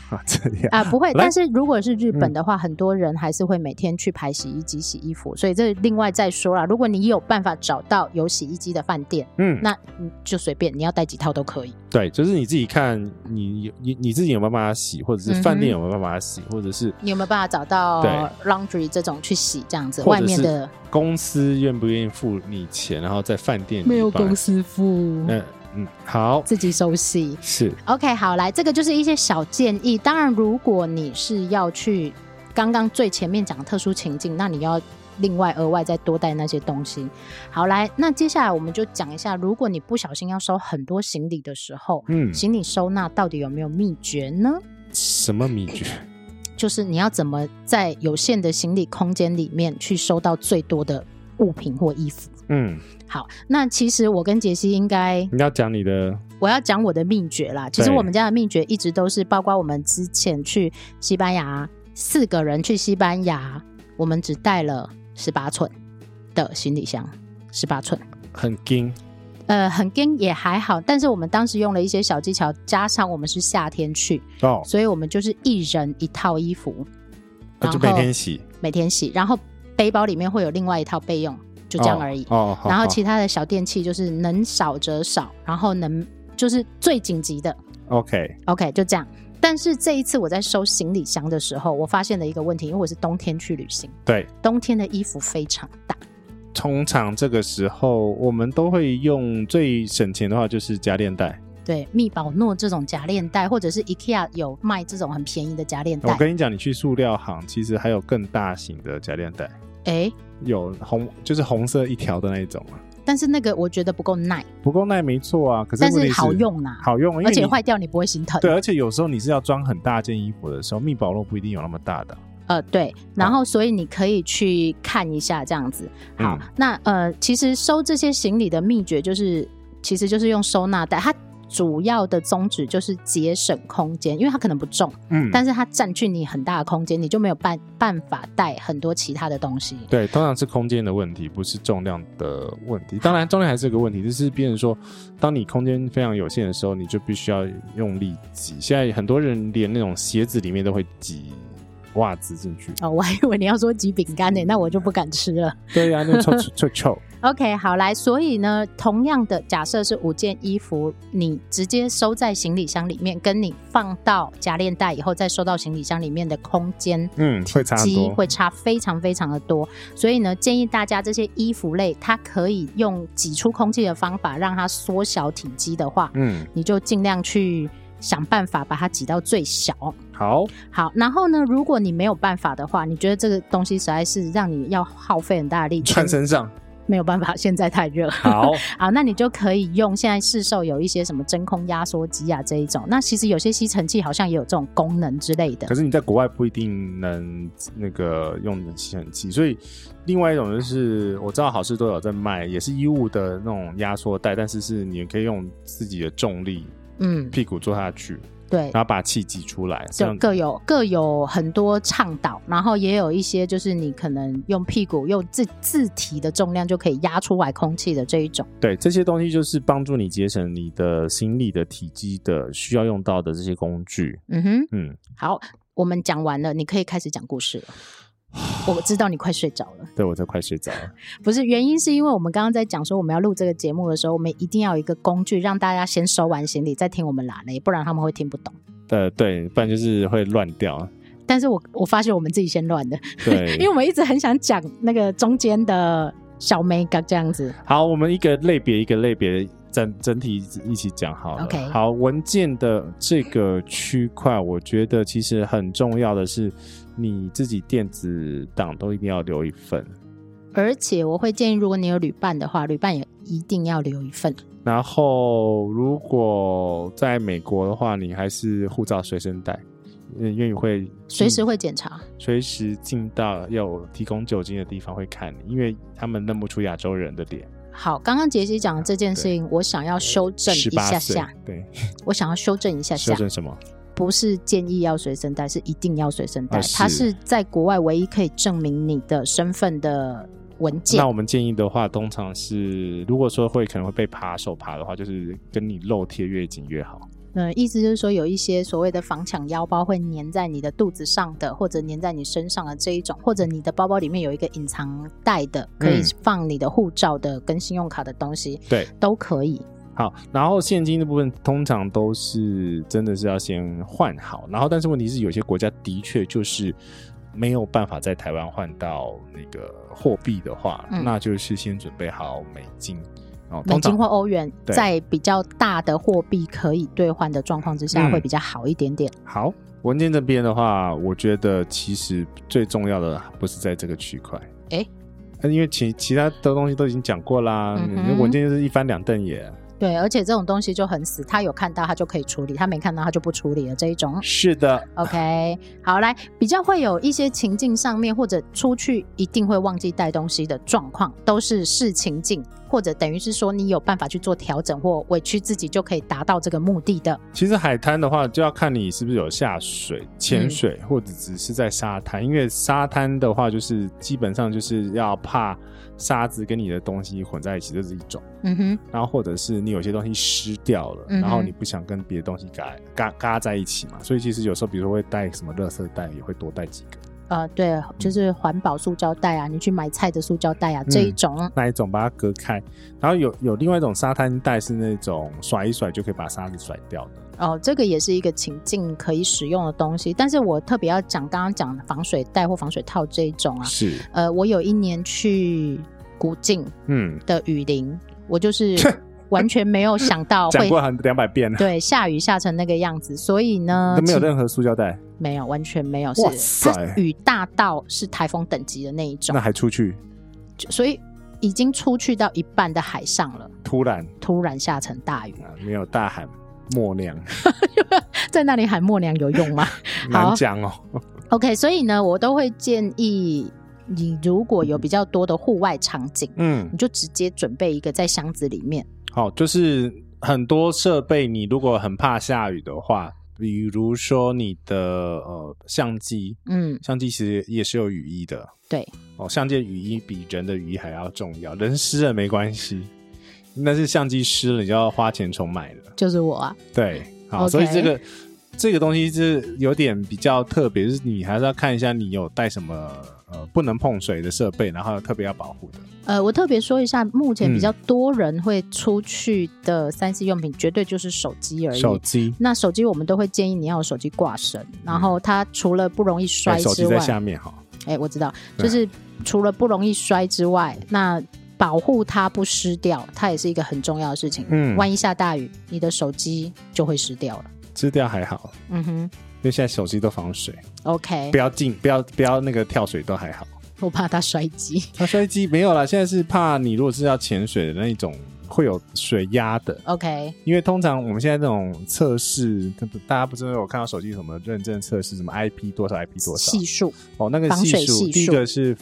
B: 啊，这样
A: 啊，不会。
B: 来嗯
A: 但是如果是日本的话，很多人还是会每天去排洗衣机洗衣服，所以这另外再说啦。如果你有办法找到有洗衣机的饭店，
B: 嗯，
A: 那你就随便，你要带几套都可以。
B: 对，就是你自己看你你你自己有没有办法洗，或者
A: 嗯
B: 是饭店有没有办法洗，或者是
A: 你有没有办法找到
B: 对
A: laundry 这种去洗这样子？
B: 或
A: 外
B: 者
A: 面
B: 是
A: 的
B: 公司愿不愿意付你钱，然后在饭店帮你
A: 司付
B: 嗯嗯，好，
A: 自己手洗。
B: 是
A: OK，好，来，这个就是一些小建议。当然，如果你是要去刚刚最前面讲的特殊情境，那你要另外额外再多带那些东西。好，来，那接下来我们就讲一下，如果你不小心要收很多行李的时候，
B: 嗯，
A: 行李收纳到底有没有秘诀呢？
B: 什么秘诀？
A: 就是你要怎么在有限的行李空间里面去收到最多的物品或衣服。
B: 嗯，
A: 好，那其实我跟杰西应该
B: 你要讲你的
A: 我要讲我的秘诀啦。其实
B: 对
A: 我们家的秘诀一直都是，包括我们之前去西班牙，四个人去西班牙，我们只带了十八寸的行李箱，十八寸。
B: 很精，
A: 呃，很跟也还好，但是我们当时用了一些小技巧，加上我们是夏天去，
B: 哦，
A: 所以我们就是一人一套衣服，
B: 那
A: 然
B: 就每
A: 后
B: 天洗，
A: 每天洗，然后背包里面会有另外一套备用，就这样而已。
B: 哦，哦
A: 然后
B: 好
A: 其他的小电器就是能少则少，然后能就是最紧急的，
B: 好 OK，
A: OK，就这样。但是这一次我在收行李箱的时候，我发现了一个问题，因为我是冬天去旅行，
B: 对，
A: 冬天的衣服非常大，
B: 通常这个时候我们都会用最省钱的话就是夹链袋。
A: 对，密宝诺这种夹链袋，或者是 IKEA 有卖这种很便宜的夹链
B: 我
A: 袋，
B: 跟你讲，你去塑料行，其实还有更大型的夹链袋，
A: 哎，
B: 有红就是红色一条的那一种啊，
A: 但是那个我觉得不够耐，
B: 不够耐没错啊，可是
A: 但
B: 问题
A: 是
B: 是
A: 好，用呐、
B: 好用，因为
A: 而且
B: 你
A: 坏掉你不会心疼。
B: 对，而啊且有时候你是要装很大件衣服的时候，密保罗不一定有那么大的。
A: 呃，对，然后所以你可以去看一下这样子。好，
B: 嗯
A: 那呃，其实收这些行李的秘诀就是，其实就是用收纳袋，它主要的宗旨就是节省空间，因为它可能不重，
B: 嗯，
A: 但是它占据你很大的空间，你就没有办办法带很多其他的东西。
B: 对，通常是空间的问题，不是重量的问题。当然，重量还是个问题，就是变成说，当你空间非常有限的时候，你就必须要用力挤。现在很多人连那种鞋子里面都会挤袜子进去。
A: 哦，我还以为你要说挤饼干呢，那我就不敢吃了。
B: 对呀、那臭臭臭臭。
A: OK，好来，所以呢，同样的，假设是五件衣服，你直接收在行李箱里面，跟你放到夹链袋以后再收到行李箱里面的空间
B: 嗯，会差很
A: 机
B: 多。
A: 会差非常非常的多，所以呢，建议大家这些衣服类，它可以用挤出空气的方法让它缩小体积的话，
B: 嗯，
A: 你就尽量去想办法把它挤到最小。
B: 好，
A: 好，然后呢，如果你没有办法的话，你觉得这个东西实在是让你要耗费很大的力气，
C: 穿身上，
A: 没有办法，现在太热。 [laughs]
B: 好，
A: 好，那你就可以用现在市售有一些什么真空压缩机啊这一种，那其实有些吸尘器好像也有这种功能之类的
B: 可。是你在国外不一定能那个用吸尘器，所以另外一种就是我知道好事多有在卖，也是衣物的那种压缩袋，但是是你可以用自己的重力
A: 嗯，
B: 屁股坐下去，
A: 对。
B: 然后把气挤出来，啊这
A: 就
B: 样
A: 各有各有很多倡导，然后也有一些就是你可能用屁股用自自体的重量就可以压出来空气的这一种。
B: 对这些东西就是帮助你节省你的行李的体积的需要用到的这些工具。
A: 嗯哼，
B: 嗯，
A: 好，我们讲完了，你可以开始讲故事了。我知道你快睡着了。
B: 对我在快睡着了。
A: 不是原因，是因为我们刚刚在讲说我们要录这个节目的时候，我们一定要有一个工具，让大家先收完行李再听我们拉嘞，不然他们会听不懂。
B: 呃，对，不然就是会乱掉。
A: 但是我我发现我们自己先乱的， [laughs]
B: 对，
A: 因为我们一直很想讲那个中间的小美感这样子。
B: 好，我们一个类别一个类别整整体一起讲好了。
A: OK
B: 好，文件的这个区块，我觉得其实很重要的是，你自己电子档都一定要留一份。
A: 而且我会建议，如果你有旅伴的话，旅伴也一定要留一份。
B: 然后，如果在美国的话，你还是护照随身带，嗯，因为你会
A: 随时
B: 进
A: 会检查，
B: 随时进到有提供酒精的地方会看你，因为他们认不出亚洲人的脸。
A: 好，刚刚杰西讲的这件事情，我想要修正
B: 十
A: 一
B: 八
A: 下
B: 岁
A: 下，，
B: 对，
A: 我想要修正一下
B: 修
A: 下，
B: 正什么？
A: 不是建议要随身带，是一定要随身带，
B: 啊是
A: 它是在国外唯一可以证明你的身份的文件
B: 那。我们建议的话，通常是如果说会可能会被扒手扒的话，就是跟你肉贴越紧越好。
A: 嗯，意思就是说，有一些所谓的防抢腰包会粘在你的肚子上的，或者粘在你身上的这一种，或者你的包包里面有一个隐藏袋的，可以
B: 嗯
A: 放你的护照的跟信用卡的东西，
B: 对，
A: 都可以。
B: 好，然后现金的部分通常都是真的是要先换好，然后但是问题是有些国家的确就是没有办法在台湾换到那个货币的话，
A: 嗯
B: 那就是先准备好美金。哦，
A: 美
B: 通
A: 金
B: 常
A: 或欧元
B: 对
A: 在比较大的货币可以兑换的状况之下，
B: 嗯
A: 会比较好一点点。
B: 好，文件这边的话，我觉得其实最重要的不是在这个区块，
A: 诶
B: 那因为其其他的东西都已经讲过啦，
A: 嗯
B: 那
A: 哼
B: 文件就是一翻两瞪眼。
A: 对，而且这种东西就很死，他有看到他就可以处理，他没看到他就不处理了这一种。
B: 是的，
A: OK，好， [laughs] 来比较会有一些情境上面或者出去一定会忘记带东西的状况，都是视情境，或者等于是说你有办法去做调整或委屈自己就可以达到这个目的的。
B: 其实海滩的话，就要看你是不是有下水、潜水，或者只是在沙滩。因为沙滩的话，就是基本上就是要怕沙子跟你的东西混在一起，这是一种。
A: 嗯哼，
B: 然后或者是你有些东西湿掉了，
A: 嗯哼
B: 然后你不想跟别的东西嘎嘎嘎在一起嘛，所以其实有时候比如说会带什么垃圾袋，也会多带几个
A: 呃，对，就是环保塑胶袋啊，你去买菜的塑胶袋啊这一种。
B: 那一种把它隔开。然后有有另外一种沙滩袋是那种甩一甩就可以把沙子甩掉的，
A: 哦，这个也是一个情境可以使用的东西，但是我特别要讲刚刚讲的防水袋或防水套这一种啊，
B: 是，
A: 呃，我有一年去古晋
B: 嗯，
A: 的雨林，我就是完全没有想到
B: [laughs] 讲
A: 会
B: 过很两百遍了，
A: 对下雨下成那个样子，所以呢，
B: 都没有
A: 其
B: 任何塑胶袋，
A: 没有完全没有，
B: 哇
A: 是它
B: 塞
A: 雨大到是台风等级的那一种
B: 那，还出去，
A: 就所以已经出去到一半的海上了，
B: 突然
A: 突然下成大雨，
B: 啊没有大喊默娘，
A: 在那里喊默娘有用
B: [laughs]
A: 吗？
B: 难讲哦。
A: OK，所以呢，我都会建议你，如果有比较多的户外场景，
B: 嗯
A: 你，就直接准备一个在箱子里面。
B: 好，就是很多设备，你如果很怕下雨的话，比如说你的呃相机，
A: 嗯，
B: 相机其实也是有雨衣的
A: 对，
B: 哦，相机的雨衣比人的雨衣还要重要，人湿了没关系，但是相机湿了你就要花钱重买了。
A: 就是我啊，
B: 对，好
A: OK
B: 所以这个这个东西是有点比较特别，就是你还是要看一下你有带什么呃不能碰水的设备，然后特别要保护的。
A: 呃，我特别说一下，目前
B: 嗯
A: 比较多人会出去的三 C 用品，绝对就是手机而
B: 手
A: 已。
B: 机，
A: 那手机我们都会建议你要有手机挂绳，然后它除了不容易
B: 对
A: 摔
B: 哎手
A: 之
B: 机
A: 外
B: 在，下面哈。
A: 哎、我知道，就
B: 对
A: 是除了不容易摔之外，那保护它不湿掉，它也是一个很重要的事情。
B: 嗯
A: 万一下大雨，你的手机就会湿掉了。
B: 吃掉还好，
A: 嗯哼
B: 因为现在手机都防水，
A: ，OK，
B: 不要进，不要不要那个跳水都还好。
A: 我怕它摔机。
B: 它摔机没有啦，现在是怕你如果是要潜水的那一种，会有水压的，
A: OK，
B: 因为通常我们现在这种测试，大家不是有看到手机什么认证测试，什么 IP 多少 IP 多少
A: 系数
B: 哦，那个
A: 防水
B: 系数，
A: 系数
B: 第一个是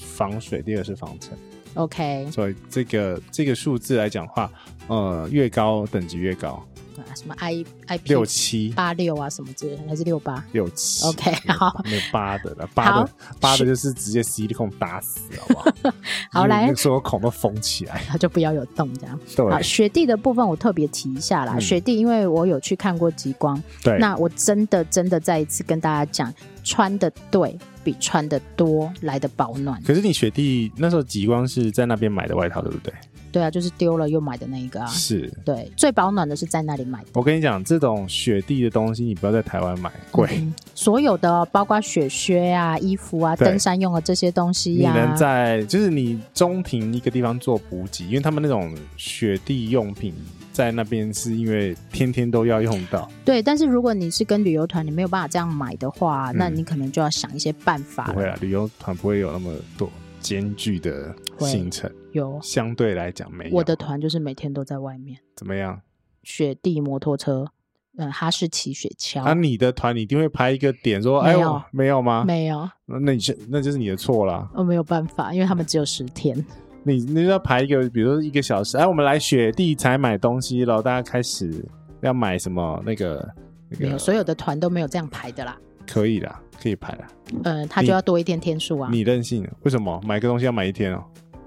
B: 防水，第二个是防尘，
A: OK，
B: 所以这个这个数字来讲的话，呃，越高等级越高，
A: 啊什么 I I P
B: 六七
A: 八六啊什么之类的，还是六八
B: 六七
A: OK，好
B: 没有八的了，八的八的就是直接 C 孔打死，好不好？
A: [laughs] 好来
B: 因为所有孔都封起来，
A: 然后就不要有洞这样。好，
B: 对
A: 雪地的部分我特别提一下啦。
B: 嗯哎
A: 雪地，因为我有去看过极光，
B: 对，
A: 那我真的真的再一次跟大家讲，穿的对比穿的多来的保暖。
B: 可是你雪地那时候极光是在那边买的外套，对不对？
A: 对啊，就是丢了又买的那一个啊。
B: 是
A: 对，最保暖的是在那里买的，
B: 我跟你讲，这种雪地的东西你不要在台湾买，贵。
A: 嗯所有的哦包括雪靴啊、衣服啊、
B: 对
A: 登山用的这些东西
B: 你
A: 呀、
B: 能在就是你中庭一个地方做补给，因为他们那种雪地用品在那边是因为天天都要用到，
A: 对，但是如果你是跟旅游团，你没有办法这样买的话，那
B: 嗯
A: 你可能就要想一些办法
B: 不
A: 了。
B: 会啊啦，旅游团不会有那么多艰巨的
A: 会
B: 行程，
A: 有
B: 相对来讲没有。啊
A: 我的团就是每天都在外面，
B: 怎么样？
A: 雪地摩托车，嗯，哈士奇雪橇，
B: 啊，你的团你一定会排一个点说，哎
A: 没
B: 呦
A: 有，
B: 没有吗？
A: 没有，
B: 那那你是那就是你的错啦。
A: 我没有办法，因为他们只有十天。
B: 你那就要排一个，比如说一个小时，哎，我们来雪地才买东西了，大家开始要买什么那个那
A: 没有，
B: 个
A: 所有的团都没有这样排的啦。
B: 可以啦，可以排啦。
A: 呃，他就要多一点天数啊，
B: 嗯你任性了，为什么买个东西要买一天哦？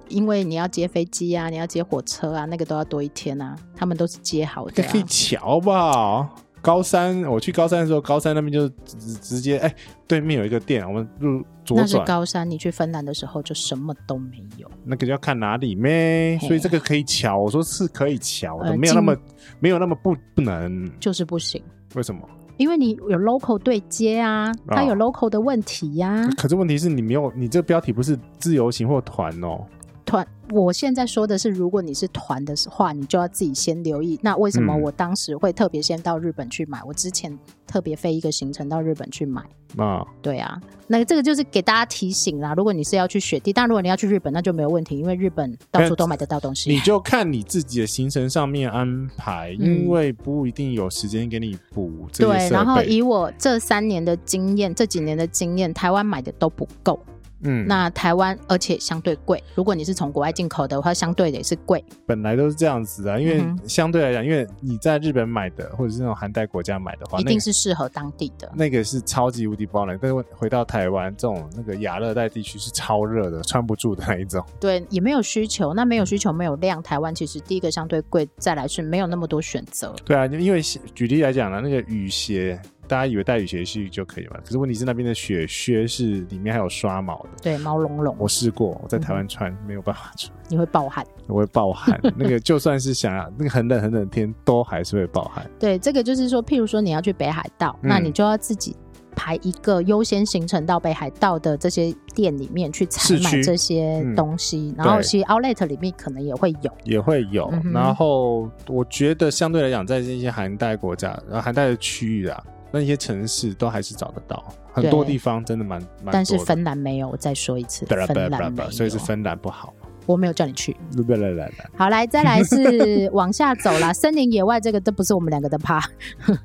A: 因为你要接飞机啊，你要接火车啊，那个都要多一天啊。他们都是接好的、啊
B: 可，以瞧吧。高三，我去高三的时候，高三那边就直直接哎，对面有一个店，我们入左
A: 那是
B: 转，
A: 高山。你去芬兰的时候就什么都没有。
B: 那个就要看哪里咩，
A: 嘿
B: 所以这个可以瞧，我说是可以瞧的，
A: 呃
B: 没有那
A: 进
B: 么没有那么不不能，
A: 就是不行，
B: 为什么？
A: 因为你有 local 对接啊，它有 local 的问题呀、
B: 可是问题是你没有，你这个标题不是自由行或团哦，
A: 团，我现在说的是，如果你是团的话，你就要自己先留意。那为什么
B: 嗯
A: 我当时会特别先到日本去买？我之前特别飞一个行程到日本去买。
B: 啊，
A: 对啊，那这个就是给大家提醒啦。如果你是要去雪地，但如果你要去日本，那就没有问题，因为日本到处都买得到东
B: 哎你
A: 西。
B: 就看你自己的行程上面安排，
A: 嗯
B: 因为不一定有时间给你补这些
A: 对，
B: 设
A: 然后
B: 备
A: 以我这三年的经验，这几年的经验，台湾买的都不够。
B: 嗯，
A: 那台湾而且相对贵，如果你是从国外进口的话，相对的也是贵。
B: 本来都是这样子啊，因为
A: 嗯
B: 相对来讲，因为你在日本买的或者是那种韩代国家买的话，
A: 一
B: 那
A: 定
B: 个
A: 是适合当地的。
B: 那个是超级无敌包冷，但是回到台湾这种那个亚热带地区是超热的，穿不住的那一种。
A: 对，也没有需求，那没有需求，没有量，台湾其实第一个相对贵，再来是没有那么多选择。
B: 对啊，因为举例来讲呢，那个雨鞋，大家以为带雨鞋去就可以嘛，可是问题是那边的雪靴是里面还有刷毛的。
A: 对，毛茸茸，
B: 我试过，我在
A: 嗯
B: 台湾穿、没有办法穿，
A: 你会暴汗。
B: 我会暴汗。那个就算是想要那个很冷很冷的天，都还是会暴汗。
A: 对，这个就是说，譬如说你要去北海道，
B: 嗯
A: 那你就要自己排一个优先行程到北海道的这些店里面去采
B: 市区嗯
A: 买这些东西，然后其实 Outlet 里面可能也会有。
B: 也会有。
A: 嗯哼
B: 然后我觉得相对来讲，在这些寒带国家，然后寒带的区域啊，那些城市都还是找得到，很多
A: 对
B: 地方真的蛮蛮多的。啊
A: 但是芬兰没有，我再说一次，
B: 巴拉巴
A: 芬
B: 拉巴拉
A: 兰没
B: 巴拉
A: 有，
B: 所以是芬兰不好。
A: 我没有叫你去。
B: 来来来来，
A: 好，来，再来
B: [laughs]
A: 是往下走啦，森林野外这个都不是我们两个的趴，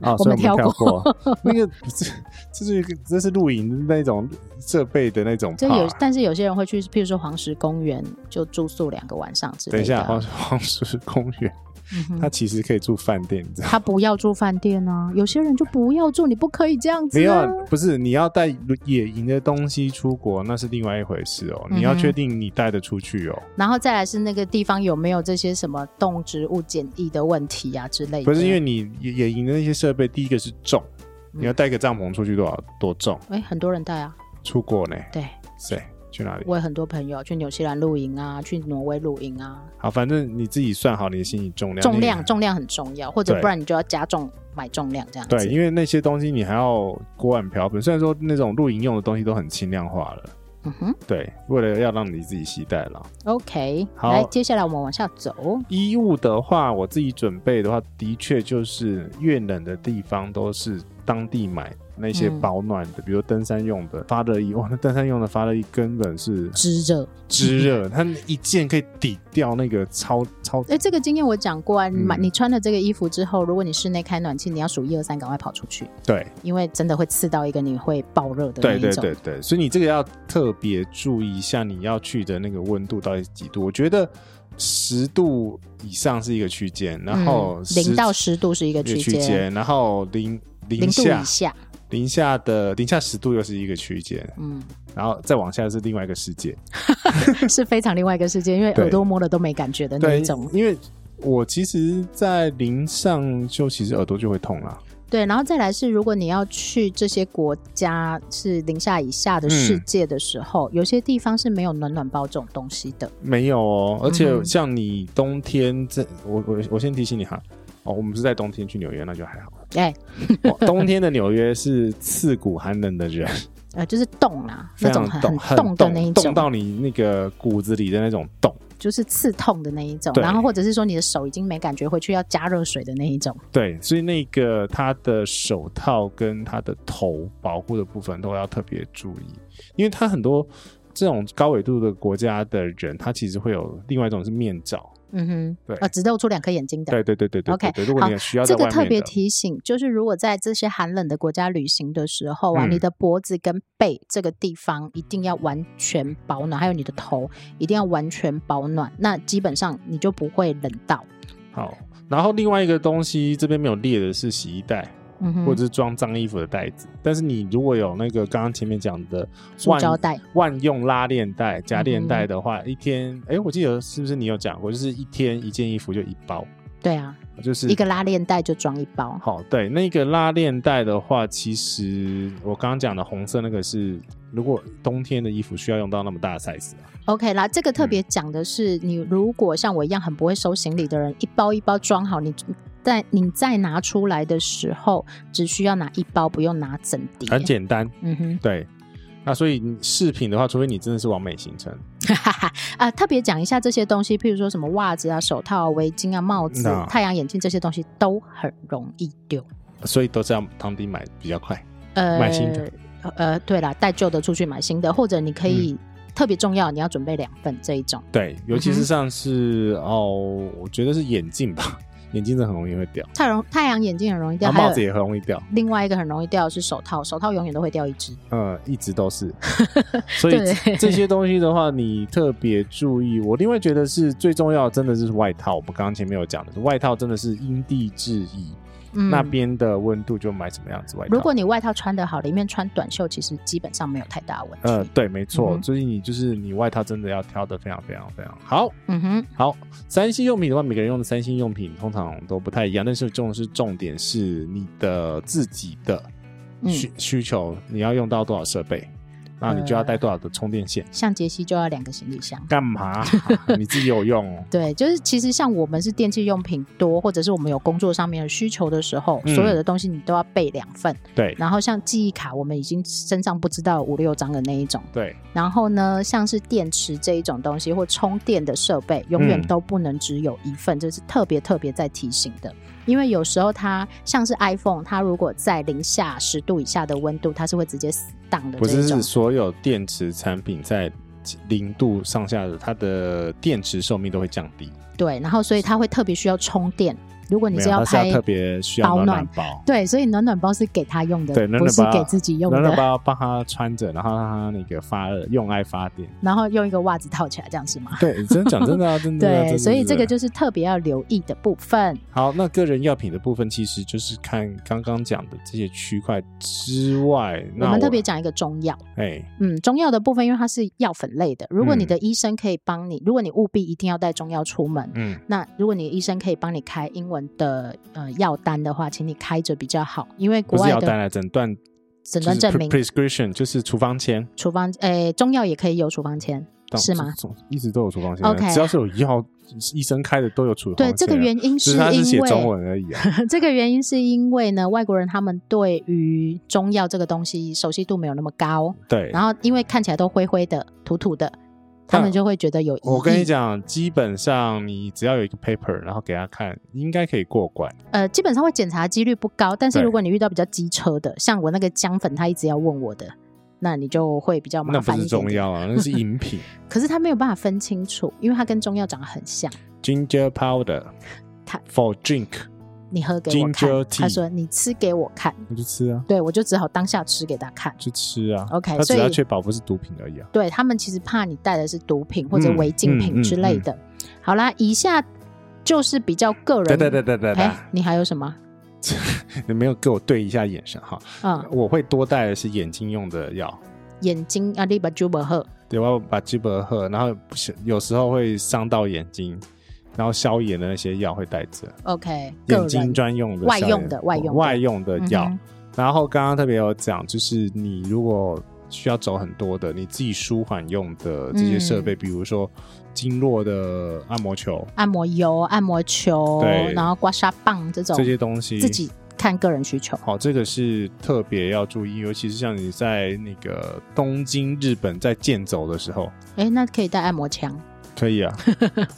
B: 哦，
A: 我
B: 所
A: 们
B: 以我
A: 跳
B: 们跳
A: 过
B: 过
A: [laughs]
B: 那个，这这是一个这是露营那种设备的那种
A: 就
B: part
A: 有，但是有些人会去，譬如说黄石公园就住宿两个晚上之类的。
B: 等一下，黄黄石公
A: 嗯
B: 园，
A: 啊哼
B: 它其实可以住饭店，你知道吗？
A: 他不要住饭店啊，有些人就不要住，你不可以这样子、啊。
B: 没有，不是你要带野营的东西出国，那是另外一回事哦。你要
A: 嗯哼
B: 确定你带得出去哦，
A: 然后再来是那个地方有没有这些什么动植物检疫的问题啊之类的。
B: 不是因为你野野营的那些设备，第一个是重，
A: 嗯
B: 你要带个帐篷出去多少多重？
A: 哎，很多人带啊，
B: 出国呢？
A: 对
B: 谁去哪里？
A: 我有很多朋友去纽西兰露营啊，去挪威露营啊，
B: 好，反正你自己算好你的心理重量。
A: 重
B: 那
A: 量
B: 个
A: 重量很重要，或者
B: 啊对
A: 不然你就要加重买重量这样子。
B: 对，因为那些东西你还要锅碗瓢盆，虽然说那种露营用的东西都很轻量化了，
A: 嗯哼
B: 对，为了要让你自己携带了。
A: ，OK，
B: 好
A: 来，接下来我们往下走。
B: 衣物的话，我自己准备的话，的确就是越冷的地方都是当地买那些
A: 嗯
B: 保暖的，比如登山用的发热衣。哇，那登山用的发热衣根本是
A: 炙热，
B: 炙
A: [laughs]
B: 热，它一件可以抵掉那个超超。
A: 哎，这个经验我讲过啊。你买
B: 嗯
A: 你穿了这个衣服之后，如果你室内开暖气，你要数一二三，赶快跑出去，
B: 对
A: 因为真的会刺到一个你会爆热的那
B: 对
A: 一种。
B: 对对对，所以你这个要特别注意一下，你要去的那个温度到底是几度？我觉得十度以上是一个区间，然后
A: 嗯
B: 10
A: 零到十度是一个
B: 一个
A: 区
B: 区
A: 间，
B: 间，然后零
A: 零
B: 零
A: 度
B: 下
A: 以下，
B: 零下的零下十度又是一个区间，
A: 嗯， [laughs]
B: 然后再往下是另外一个世界。
A: 是非常另外一个世界，因为
B: 对
A: 耳朵摸了都没感觉的那
B: 对
A: 一种。，
B: 因为我其实，在零上就其实耳朵就会痛啦。
A: 对，然后再来是，如果你要去这些国家是零下以下的世
B: 嗯
A: 界的时候，有些地方是没有暖暖包这种东西的。
B: 没有哦，而且
A: 嗯
B: 像你冬天这，我我我先提醒你哈。哦，我们是在冬天去纽约，那就还好。
A: 哎、
B: [laughs] 哇冬天的纽约是刺骨寒冷的
A: [laughs]
B: 人，
A: 呃，就是冻啊，
B: 非
A: 那种
B: 常
A: 很
B: 冻，
A: 很
B: 很
A: 冻的那一
B: 冻，冻
A: 种，
B: 到你那个骨子里的那种冻。
A: 就是刺痛的那一种。
B: 对
A: 然后或者是说你的手已经没感觉，回去要加热水的那一种。
B: 对，所以那个他的手套跟他的头保护的部分都要特别注意，因为他很多这种高纬度的国家的人，他其实会有另外一种是面罩。
A: 嗯哼，
B: 对
A: 呃，只露出两颗眼睛的。
B: 对对对对对
A: OK，
B: 对对如果
A: 好
B: 你需要在
A: 这
B: 外
A: 个
B: 面
A: 特别
B: 的
A: 提醒，就是如果在这些寒冷的国家旅行的时候啊，
B: 嗯
A: 你的脖子跟背这个地方一定要完全保暖，还有你的头一定要完全保暖，那基本上你就不会冷到。
B: 好。然后另外一个东西这边没有列的是洗衣袋，
A: 嗯哼，
B: 或者是装脏衣服的袋子。但是你如果有那个刚刚前面讲的
A: 塑
B: 万
A: 胶袋，嗯
B: 万用拉链袋加链袋的话，一天，哎，我记得是不是你有讲过，就是一天一件衣服就一包，
A: 对啊，
B: 就是
A: 一个拉链袋就装一包。
B: 好，对，那个拉链袋的话，其实我刚刚讲的红色那个是，如果冬天的衣服需要用到那么大的 size，啊
A: OK 啦，这个特别
B: 嗯
A: 讲的是，你如果像我一样很不会收行李的人，一包一包装好，你在你再拿出来的时候，只需要拿一包，不用拿整叠。
B: 很简单。
A: 嗯哼。
B: 对，那所以你饰品的话，除非你真的是完美行程，
A: 啊，特别讲一下这些东西，譬如说什么袜子啊、手套啊、围巾啊、帽子、
B: 那
A: 太阳眼镜这些东西都很容易丢。
B: 所以都是要当地买比较快。
A: 呃，
B: 买新的。
A: 呃，对啦，带旧的出去买新的，或者你可
B: 嗯
A: 以、特别重要，你要准备两份这一种。
B: 对，尤其是
A: 嗯哼
B: 像是、哦，我觉得是眼镜吧， [laughs] 眼镜真的很容易会掉，
A: 太容太阳眼镜很容易掉，
B: 啊然后帽
A: 还
B: 子
A: 有
B: 也很容易掉，
A: 另外一个很容易掉的是手套，手套永远都会掉一只。
B: 呃，一直
A: [laughs]
B: 都是。所以
A: 对
B: 这些东西的话，你特别注意。我另外觉得是最重要，真的就是外套。我们刚刚前面有讲的，外套真的是因地制宜，
A: 嗯
B: 那边的温度就买什么样子外套。
A: 如果你外套穿得好，里面穿短袖，其实基本上没有太大问题。
B: 呃，对，没
A: 嗯
B: 错，
A: 哼
B: 所以你就是你外套真的要挑的非常非常非常好。
A: 嗯哼，
B: 好，三星用品的话，每个人用的三星用品通常都不太一样，但是重是重点是你的自己的
A: 嗯
B: 需、需求，你要用到多少设备，那你就要带多少的充电线。
A: 像杰西就要两个行李箱。[laughs]
B: 干嘛？你自己有用哦、
A: 对，就是其实像我们是电器用品多，或者是我们有工作上面的需求的时候，
B: 嗯
A: 所有的东西你都要备两份。
B: 对
A: 然后像记忆卡，我们已经身上不知道有五六张的那一种。
B: 对，
A: 然后呢，像是电池这一种东西或充电的设备，永远
B: 嗯
A: 都不能只有一份，这是特别特别在提醒的。因为有时候它像是 iPhone，它如果在零下十度以下的温度，它是会直接死档的
B: 不
A: 这
B: 是
A: 一种
B: 是。所有电池产品在零度上下的，它的电池寿命都会降低。
A: 对，然后所以它会特别需要充电。如果你
B: 没
A: 是
B: 有，它是
A: 拍
B: 要特别需要
A: 保
B: 暖
A: 暖
B: 暖包，
A: 对，所以暖暖包是给他用的，
B: 对暖暖
A: 不是
B: 包啊
A: 给自己用
B: 暖暖
A: 的。
B: 包帮它穿着，然后让它那个发热，用爱发
A: [laughs]
B: 电。
A: 然后用一个袜子套起来，这样是吗？
B: 对，真的讲真的啊，真的啊。真
A: 对，
B: 的
A: 所以这
B: 真的
A: 个就是特别要留意的部分。
B: 好。那个人药品的部分，其实就是看刚刚讲的这些区块之外，
A: 我
B: 那
A: 们特别讲一个中药，
B: 哎，
A: 嗯，中药的部分，因为它是药粉类的，如果你
B: 嗯
A: 的医生可以帮你，如果你务必一定要带中药出门，
B: 嗯，
A: 那如果你的医生可以帮你开英文的呃药单的话，请你开着比较好，因为
B: 不
A: 国
B: 是
A: 外
B: 要带
A: 的
B: 来诊断
A: 诊断证明、
B: 就是 pre- prescription，就是处方签。
A: 处方，诶、中药也可以有处方签。是吗？
B: 总一直都有处方签啊
A: OK
B: 只要是有药，医生开的都有处方签啊。
A: 对，这个原因
B: 只
A: 是
B: 是他是写
A: 因为
B: 中文而已啊。
A: [laughs] 这个原因是因为呢，外国人他们对于中药这个东西熟悉度没有那么高，
B: 对，
A: 然后因为看起来都灰灰的、土土的，他们就会觉得有疑义。
B: 我跟你，讲，基本上你只要有一个 paper，然后给他看，应该可以过关。
A: 呃，基本上会检查几率不高，但是
B: 对
A: 如果你遇到比较机车的，像我那个姜粉，他一直要问我的，那你就会比较麻
B: 那不
A: 烦
B: 是
A: 一点
B: 中
A: 点。
B: 药啊，
A: [laughs]
B: 那是饮品
A: 可是他没有办法分清楚，因为它跟中药长得很像。
B: ginger powder
A: 它
B: for drink，
A: 你喝给我
B: Ginger
A: 看，
B: tea
A: 他说你吃给我看，
B: 那就吃啊，
A: 对我就只好当下吃给他看。
B: 就吃啊。
A: OK，
B: 他只
A: 哎所以
B: 要确保不是毒品而已啊。
A: 对他们其实怕你带的是毒品或者违禁
B: 嗯嗯
A: 品之类的，好啦，以下就是比较个人。
D: 对对对对对对
A: 哎、，你还有什么？
B: [laughs] 你没有给我对一下眼神哈。
A: 嗯，
B: 我会多带的是眼睛用的药，
A: 眼睛啊，你把 j u b e 喝，
B: 对吧？我把基本喝，然后不是有时候会伤到眼睛，然后消炎的那些药会带着，
A: OK，个
B: 眼
A: 人
B: 睛专用的
A: 外
B: 消炎
A: 用的外用的
B: 外用的药。
A: 嗯
B: 然后刚刚特别有讲，就是你如果需要走很多的，你自己舒缓用的这些设
A: 嗯
B: 备，比如说经络的按摩球
A: 按摩油、按摩球
B: 对，
A: 然后刮痧棒这种，
B: 这些东西，
A: 自己看个人需求。
B: 好，这个是特别要注意，尤其是像你在那个东京、日本在健走的时候，
A: 哎、那可以带按摩枪，
B: 可
A: [laughs]
B: 以啊。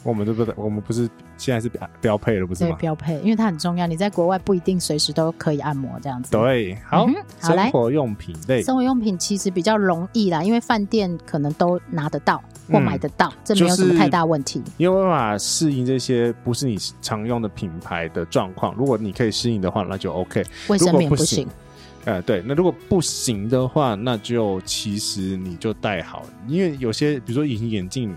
B: 我们都不，我们不是现在是标标配了，不是
A: 对，
B: 吗？
A: 标配，因为它很重要。你在国外不一定随时都可以按摩这样子。
B: 对，好，
A: 嗯哼好
B: 生
A: 来
B: 活用品类
A: 生活用品其实比较容易啦，因为饭店可能都拿得到或
B: 嗯
A: 买得到，这没有什么太大问题。
B: 你有没有办法适应这些不是你常用的品牌的状况？如果你可以适应的话，那就 OK。
A: 卫
B: 如
A: 生
B: 果
A: 棉
B: 不
A: 行
B: 行，呃，对，那如果不行的话，那就其实你就戴好，因为有些比如说隐形眼镜，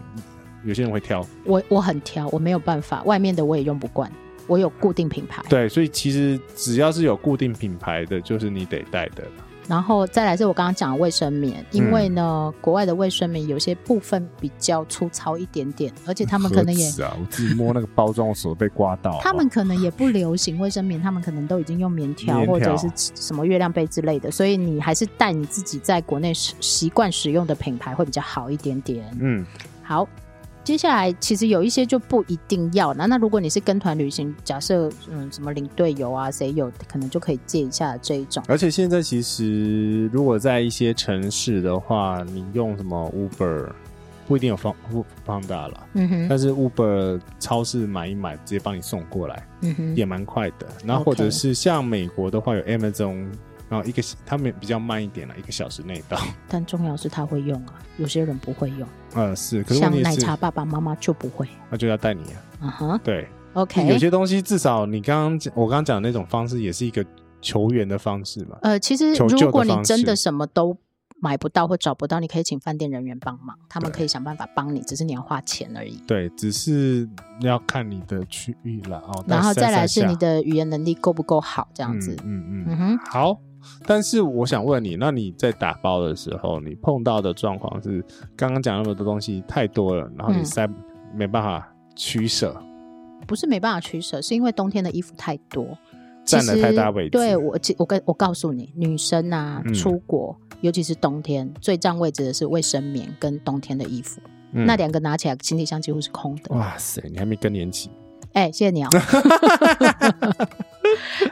B: 有些人会挑，
A: 我我很挑，我没有办法，外面的我也用不惯，我有固定品牌。
B: 对，所以其实只要是有固定品牌的，就是你得戴的。
A: 然后再来是我刚刚讲的卫生棉，因为
B: 嗯
A: 呢，国外的卫生棉有些部分比较粗糙一点点，而且他们可能也
B: 何止啊，我自己摸那个包装，我手被刮到啊。
A: 他们可能也不流行卫生棉，他们可能都已经用棉条
B: 棉条
A: 或者是什么月亮杯之类的，所以你还是带你自己在国内使习惯使用的品牌会比较好一点点。
B: 嗯，
A: 好，接下来其实有一些就不一定要那那如果你是跟团旅行，假设嗯什么领队有啊，谁有，可能就可以借一下这一种。
B: 而且现在其实如果在一些城市的话，你用什么 Uber 不一定有方不方大了，
A: 嗯哼，
B: 但是 Uber 超市买一买，直接帮你送过来，
A: 嗯哼，
B: 也蛮快的。然后或者是像美国的话，有 Amazon，然后一个他们比较慢一点了，一个小时内到。 [laughs]
A: 但重要是他会用啊，有些人不会用，
B: 呃，是，可是问
A: 像
B: 题
A: 奶
B: 是
A: 茶爸爸妈妈就不会。
B: 那就要带你啊，
A: 嗯哼
B: 对。有
A: ，OK。
B: 些东西至少你刚刚讲我刚刚讲的那种方式，也是一个求援的方式嘛。
A: 呃，其实
B: 求救的
A: 如果你
B: 方式
A: 真的什么都买不到或找不到，你可以请饭店人员帮忙，他们可以想办法帮你，只是你要花钱而已。
B: 对，只是要看你的区域啦。哦，
A: 然后
B: 大概
A: 再来
B: 三
A: 是
B: 下
A: 你的语言能力够不够好，这样子。
B: 嗯嗯嗯
A: 嗯哼，
B: 好。但是我想问你，那你在打包的时候，你碰到的状况是刚刚讲那么多东西太多了，然后你
A: 嗯
B: 塞、没办法取舍，
A: 不是没办法取舍，是因为冬天的衣服太多，
B: 占了
A: 其实
B: 太大位置
A: 对我，其我跟我告诉你，女生啊，
B: 嗯
A: 出国。尤其是冬天，最占位置的是卫生棉跟冬天的衣服，
B: 嗯
A: 那两个拿起来行李箱几乎是空的。
B: 哇塞，你还没更年期，
A: 哎、谢谢你
B: [laughs]
A: 哦。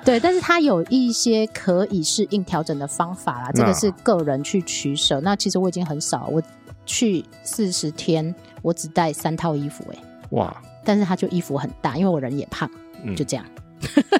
A: 对，但是它有一些可以适应调整的方法啦，这个
B: 那
A: 是个人去取舍。那其实我已经很少，我去四十天，我只带三套衣服、欸，
B: 哇， [laughs]
A: 但是它就衣服很大，因为我人也胖，
B: 嗯
A: 就这样。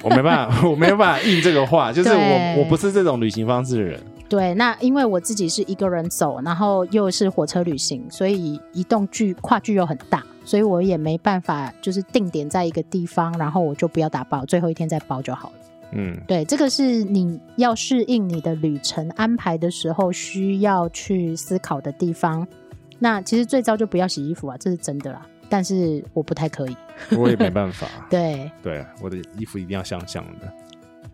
B: 我没办法，我 [laughs] 没办法应这个话，就是我
A: 对
B: 我不是这种旅行方式的人，
A: 对，那因为我自己是一个人走，然后又是火车旅行，所以移动距跨距又很大，所以我也没办法就是定点在一个地方，然后我就不要打包，最后一天再包就好了。
B: 嗯，
A: 对，这个是你要适应你的旅程安排的时候需要去思考的地方。那其实最糟就不要洗衣服啊，这是真的啦。但是我不太可以，
B: 我也没办法，
A: 对，
B: 对，我的衣服一定要香香的。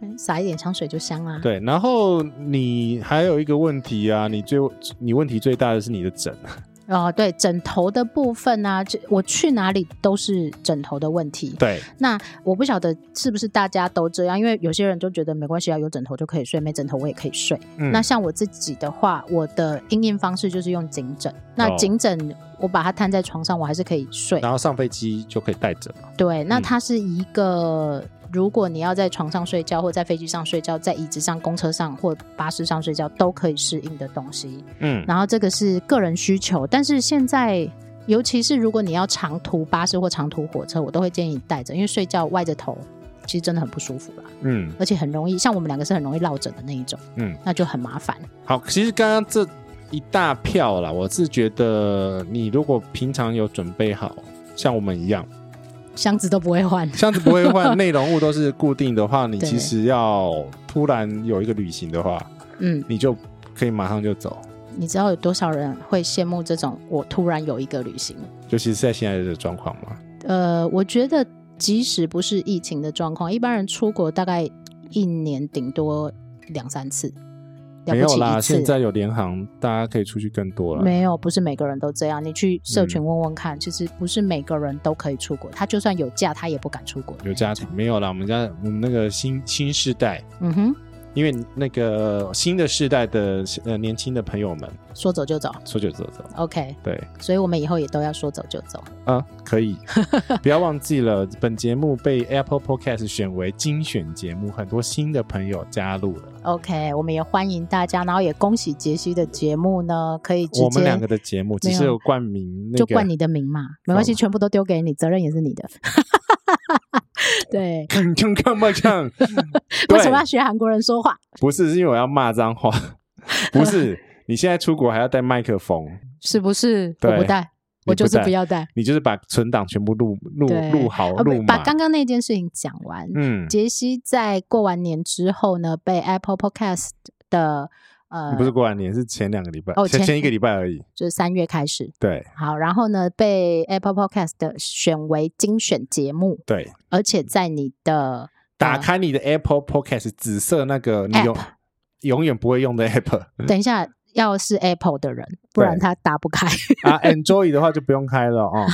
A: 嗯撒一点香水就香啊。
B: 对，然后你还有一个问题啊，你最你问题最大的是你的枕，啊
A: 哦，对，枕头的部分呢、啊，这我去哪里都是枕头的问题。
B: [laughs] 对，
A: 那我不晓得是不是大家都这样，因为有些人就觉得没关系啊，有枕头就可以睡，没枕头我也可以睡。
B: 嗯
A: 那像我自己的话，我的应应方式就是用颈枕。
B: 哦
A: 那颈枕我把它摊在床上，我还是可以睡。
B: 然后上飞机就可以带着嘛，
A: 对，那
B: 嗯
A: 它是一个。如果你要在床上睡觉，或在飞机上睡觉，在椅子上、公车上或巴士上睡觉，都可以适应的东西。
B: 嗯，
A: 然后这个是个人需求，但是现在，尤其是如果你要长途巴士或长途火车，我都会建议你带着，因为睡觉歪着头，其实真的很不舒服啦，
B: 嗯
A: 而且很容易，像我们两个是很容易落枕的那一种，
B: 嗯，
A: 那就很麻烦。
B: 好，其实刚刚这一大票啦，我是觉得你如果平常有准备好，像我们一样，
A: 箱子都不会换，
B: 箱子不会换，内容物都是固定的话，你
A: 对
B: 其实要突然有一个旅行的话，
A: 嗯，
B: 你就可以马上就走，
A: 你知道有多少人会羡慕这种我突然有一个旅行？
B: 尤其是在现在的状况嘛，
A: 呃，我觉得即使不是疫情的状况，一般人出国大概一年顶多两三次，了
B: 没
A: 不
B: 有
A: 起
B: 啦，
A: 一
B: 现
A: 次。
B: 在有联航，大家可以出去更多了。
A: 没有，不是每个人都这样。你去
B: 嗯
A: 社群问问看，其实不是每个人都可以出国。他就算有假，他也不敢出国。
B: 有家庭没有啦，我们家我们那个新新世代，
A: 嗯哼，
B: 因为那个新的世代的呃年轻的朋友们，
A: 说走就走。
B: 说走就走，
A: OK，
B: 对
A: 所以我们以后也都要说走就走。
B: 啊，
A: [laughs]
B: 可以，不要忘记了，本节目被 Apple Podcast 选为精选节目，很多新的朋友加入了。
A: OK，我们也欢迎大家，然后也恭喜杰西的节目呢，可以直接
B: 我们两个的节目其实
A: 没有
B: 有冠名那
A: 就
B: 个，
A: 冠
B: [laughs]
A: 你的名嘛，没关系，
B: 哦
A: 全部都丢给你，责任也是你的。 [laughs] 对， [laughs]
B: 看看看嘛看，
A: 为什么
B: 对
A: 要学韩国人说话？
B: 不是，是因为我要骂脏话，不是。你现在出国还要带麦克风，
A: 是不是？
B: 对
A: 我不带，
B: 你
A: 我就是
B: 带
A: 不要带。
B: 你就是把存档全部录录
A: 对
B: 录好
A: 啊，
B: 录
A: 不，把
B: 满。
A: 刚刚那件事情讲完。
B: 嗯，
A: 杰西在过完年之后呢，被 Apple Podcast 的呃，
B: 不是过完年，是前两个礼拜，
A: 哦
B: 前
A: 前
B: 前一个礼拜而已。
A: 就是三月开始，
B: 对
A: 好，然后呢，被 Apple Podcast 的选为精选节目，
B: 对，
A: 而且在你的
B: 打
A: 呃
B: 开你的 Apple Podcast 紫色那个你永永远不会用的 App [laughs]
A: 等一下，要是 Apple 的人，不
B: 嗯对
A: 然他打不开。 [laughs]
B: 啊，Enjoy 的话就不用开了哦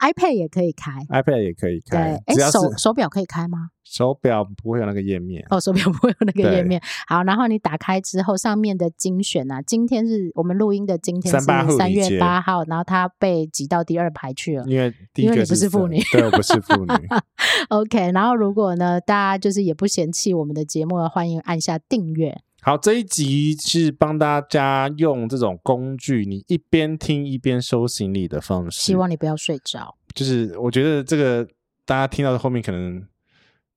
A: iPad 也可以开，
B: ，iPad 也可以开
A: 对，，哎
B: 只要，是
A: 手手表可以开吗？
B: 手表不会有那个页面。
A: 哦，手表 [laughs] 不会有那个页
B: 对
A: 面。好，然后你打开之后，上面的精选啊，今天是我们录音的今天是
B: 38妇
A: 三
B: 女
A: 月
B: 节
A: 八号，然后他被挤到第二排去了。
B: 因为第一
A: 因为
B: 个
A: 你不是妇女
B: 色对，我不是妇女，
A: [laughs] OK，然后如果呢，大家就是也不嫌弃我们的节目，欢迎按下订阅。
B: 好，这一集是帮大家用这种工具，你一边听一边收行李的方式。
A: 希望你不要睡着，
B: 就是我觉得这个大家听到的后面可能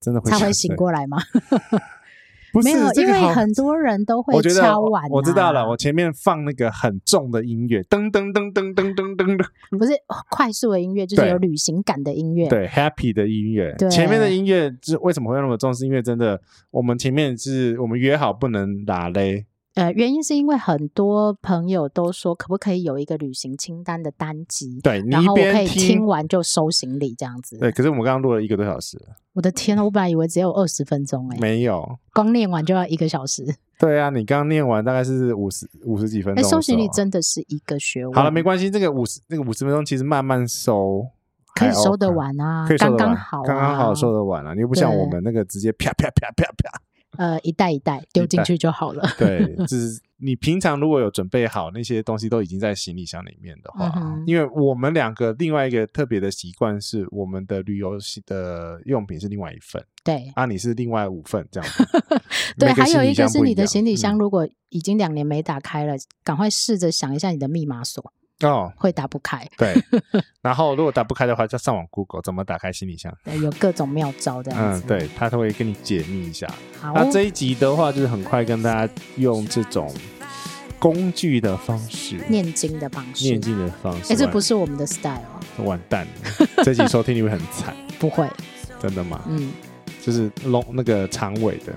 B: 真的会
A: 他
B: 想
A: 会醒
B: 睡，
A: 过来吗？
B: 不是
A: 没有，
B: 这
A: 因
B: 个
A: 为
B: 好
A: 很多人都会
B: 我觉得
A: 敲
B: 我
A: 碗、啊
B: 我知道了，我前面放那个很重的音乐，噔噔噔噔噔噔噔噔，
A: 不是哦快速的音乐，就是
B: 对
A: 有旅行感的音乐。
B: 对，happy 的音乐
A: 对。
B: 前面的音乐是为什么会那么重？是因为真的，我们前面是我们约好不能打嘞，
A: 呃，原因是因为很多朋友都说，可不可以有一个旅行清单的单集，
B: 对你
A: 然
B: 一
A: 后我可
B: 边
A: 以听完就收行李这样子。
B: 对，可是我们刚刚录了一个多小时，
A: 我的天啊，我本来以为只有二十分钟哎、
B: 没有。
A: 光念完就要一个小时。
B: 对啊，你刚刚念完大概是五十五十几分
A: 哎，
B: 钟的时候，
A: 收
B: 啊
A: 行李真的是一个学问。
B: 哦好了，没关系，这个五十那个五十分钟其实慢慢收，
A: 可以
B: 还
A: 收得
B: OK
A: 完啊，
B: 哎哦可以收
A: 刚
B: 得
A: 刚
B: 完，
A: 好、啊，
B: 刚刚好收得完了、啊你又不像
A: 对
B: 我们那个直接啪啪啪啪啪。
A: [laughs] 呃，一袋一袋丢进去就好了。
B: 对，就是你平常如果有准备好那些东西，都已经在行李箱里面的话，
A: 嗯哼
B: 因为我们两个另外一个特别的习惯是，我们的旅游系的用品是另外一份， [laughs]
A: 对。
B: 啊，你是另外五份这样子
A: [laughs] 对，
B: 每
A: 还有
B: 行
A: 一
B: 李箱
A: 个是
B: 不
A: 你的
B: 样
A: 行李箱，
B: 嗯
A: 如果已经两年没打开了，赶快试着想一下你的密码锁，
B: 哦。
A: 会打不开， [laughs]
B: 对，然后如果打不开的话，就上网 Google 怎么打开行李箱。
A: 对有各种妙招这样
B: 嗯，
A: 子。，
B: 对，他都会跟你解密一下。
A: 好
B: 那
A: 哦，
B: 这一集的话，就是很快跟大家用这种工具的方式，
A: 念经的方式，
B: 念经的方式。
A: 哎，这不
B: 是
A: 是我们的 style，啊
B: 完蛋
A: [laughs]
B: 了，这集收听率会很惨，
A: 不会，
B: 真的吗？
A: 嗯，
B: 就是龙那个长尾的，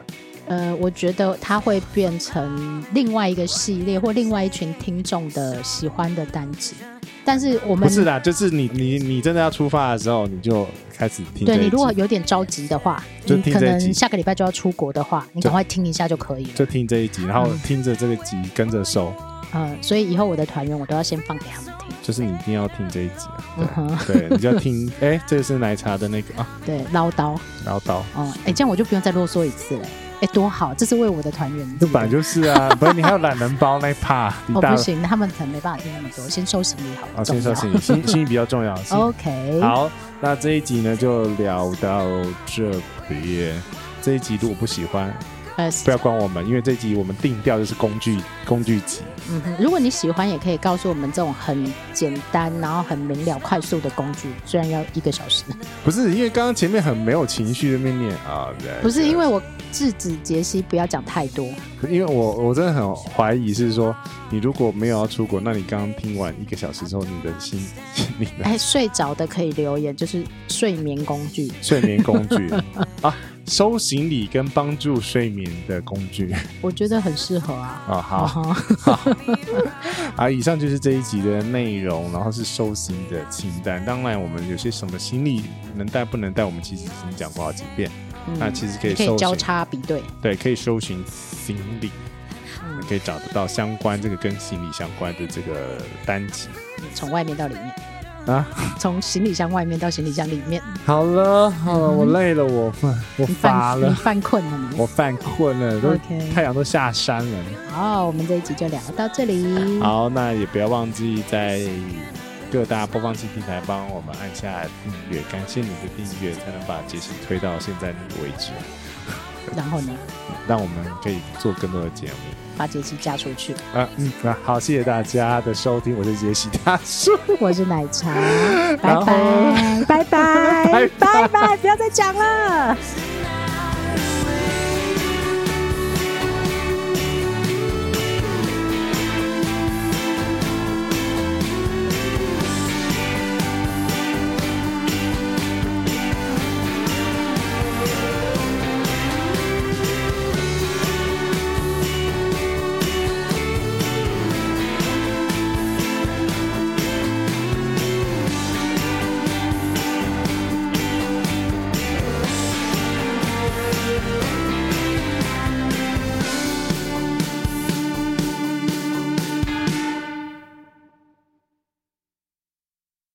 A: 呃，我觉得它会变成另外一个系列或另外一群听众的喜欢的单集，但是我们
B: 不是啦，就是你你你真的要出发的时候，你就开始听
A: 对
B: 这一集。
A: 你如果有点着急的话，
B: 就
A: 你
B: 听
A: 可
B: 这一
A: 能
B: 集
A: 下个礼拜就要出国的话，你
B: 就
A: 赶快听一下就可以了。
B: 就听这一集，然后听着这个集跟着收，
A: 嗯，所以以后我的团员我都要先放给他们听。
B: 就是你一定要听这一集
A: [laughs]
B: 啊。
A: 嗯
B: 对，
A: 哼，
B: 对，你就要听，哎，这是奶茶的那个啊，
A: 对，唠叨，
B: 唠叨。
A: 嗯，哎，这样我就不用再啰嗦一次了。哎，多好，这是为我的团员。
B: 这本来就是啊，不是你还有懒人包那一趴，
A: [laughs]
B: 你
A: 哦，
B: 大
A: 不行，他们可能没办法听那么多，先收行李好
B: 啊，
A: 了。
B: 先
A: 重
B: 说
A: 要
B: 心理，心心理比
A: [laughs]
B: 较重要。心
A: OK，
B: 好，那这一集呢就聊到这边。这一集如果不喜欢，
A: 呃，
B: 不要管我们，因为这一集我们定调就是工具工具集。
A: 嗯哼，如果你喜欢，也可以告诉我们这种很简单，然后很明了、快速的工具，虽然要一个小时。
B: 不是因为刚刚前面很没有情绪的面念啊，对
A: 不是因为我制止杰西不要讲太多，
B: 因为我我真的很怀疑是说，你如果没有要出国，那你刚刚听完一个小时之后，你的心 [laughs] 你的
A: 哎，睡着的可以留言，就是睡眠工具。
B: 睡眠工具啊，收行李跟帮助睡眠的工具
A: 我觉得很适合啊。
B: 啊。好，
A: 哦，
B: 啊，以上就是这一集的内容，然后是收心的清单。当然，我们有些什么行李能带不能带，我们其实已经讲过好几遍。那其实可以
A: 嗯可
B: 搜
A: 以交
B: 寻
A: 叉比对，
B: 对，可以搜寻行李，可以找得到相关这个跟行李相关的这个单集
A: 从外面到里面，
B: 啊。
A: 从行李箱外面到行李箱里面，
B: 好了好了，我累了，我我
A: 你犯你，犯困了吗？
B: 我犯困了，都
A: OK
B: 太阳都下山了。
A: 好，我们这一集就聊到这里。
B: 好，那也不要忘记在各大播放器平台帮我们按下订阅，感谢你的订阅，才能把杰西推到现在那个位置，
A: 然后呢，
B: 让我们可以做更多的节目。
A: 把杰西嫁出去。
B: 啊，嗯，啊，好，谢谢大家的收听，我是杰西大叔，
A: [laughs] 我是奶茶，拜
B: 然后 [laughs]
A: 拜，拜拜
B: 拜，
A: 拜拜，不要再讲了。
B: 拜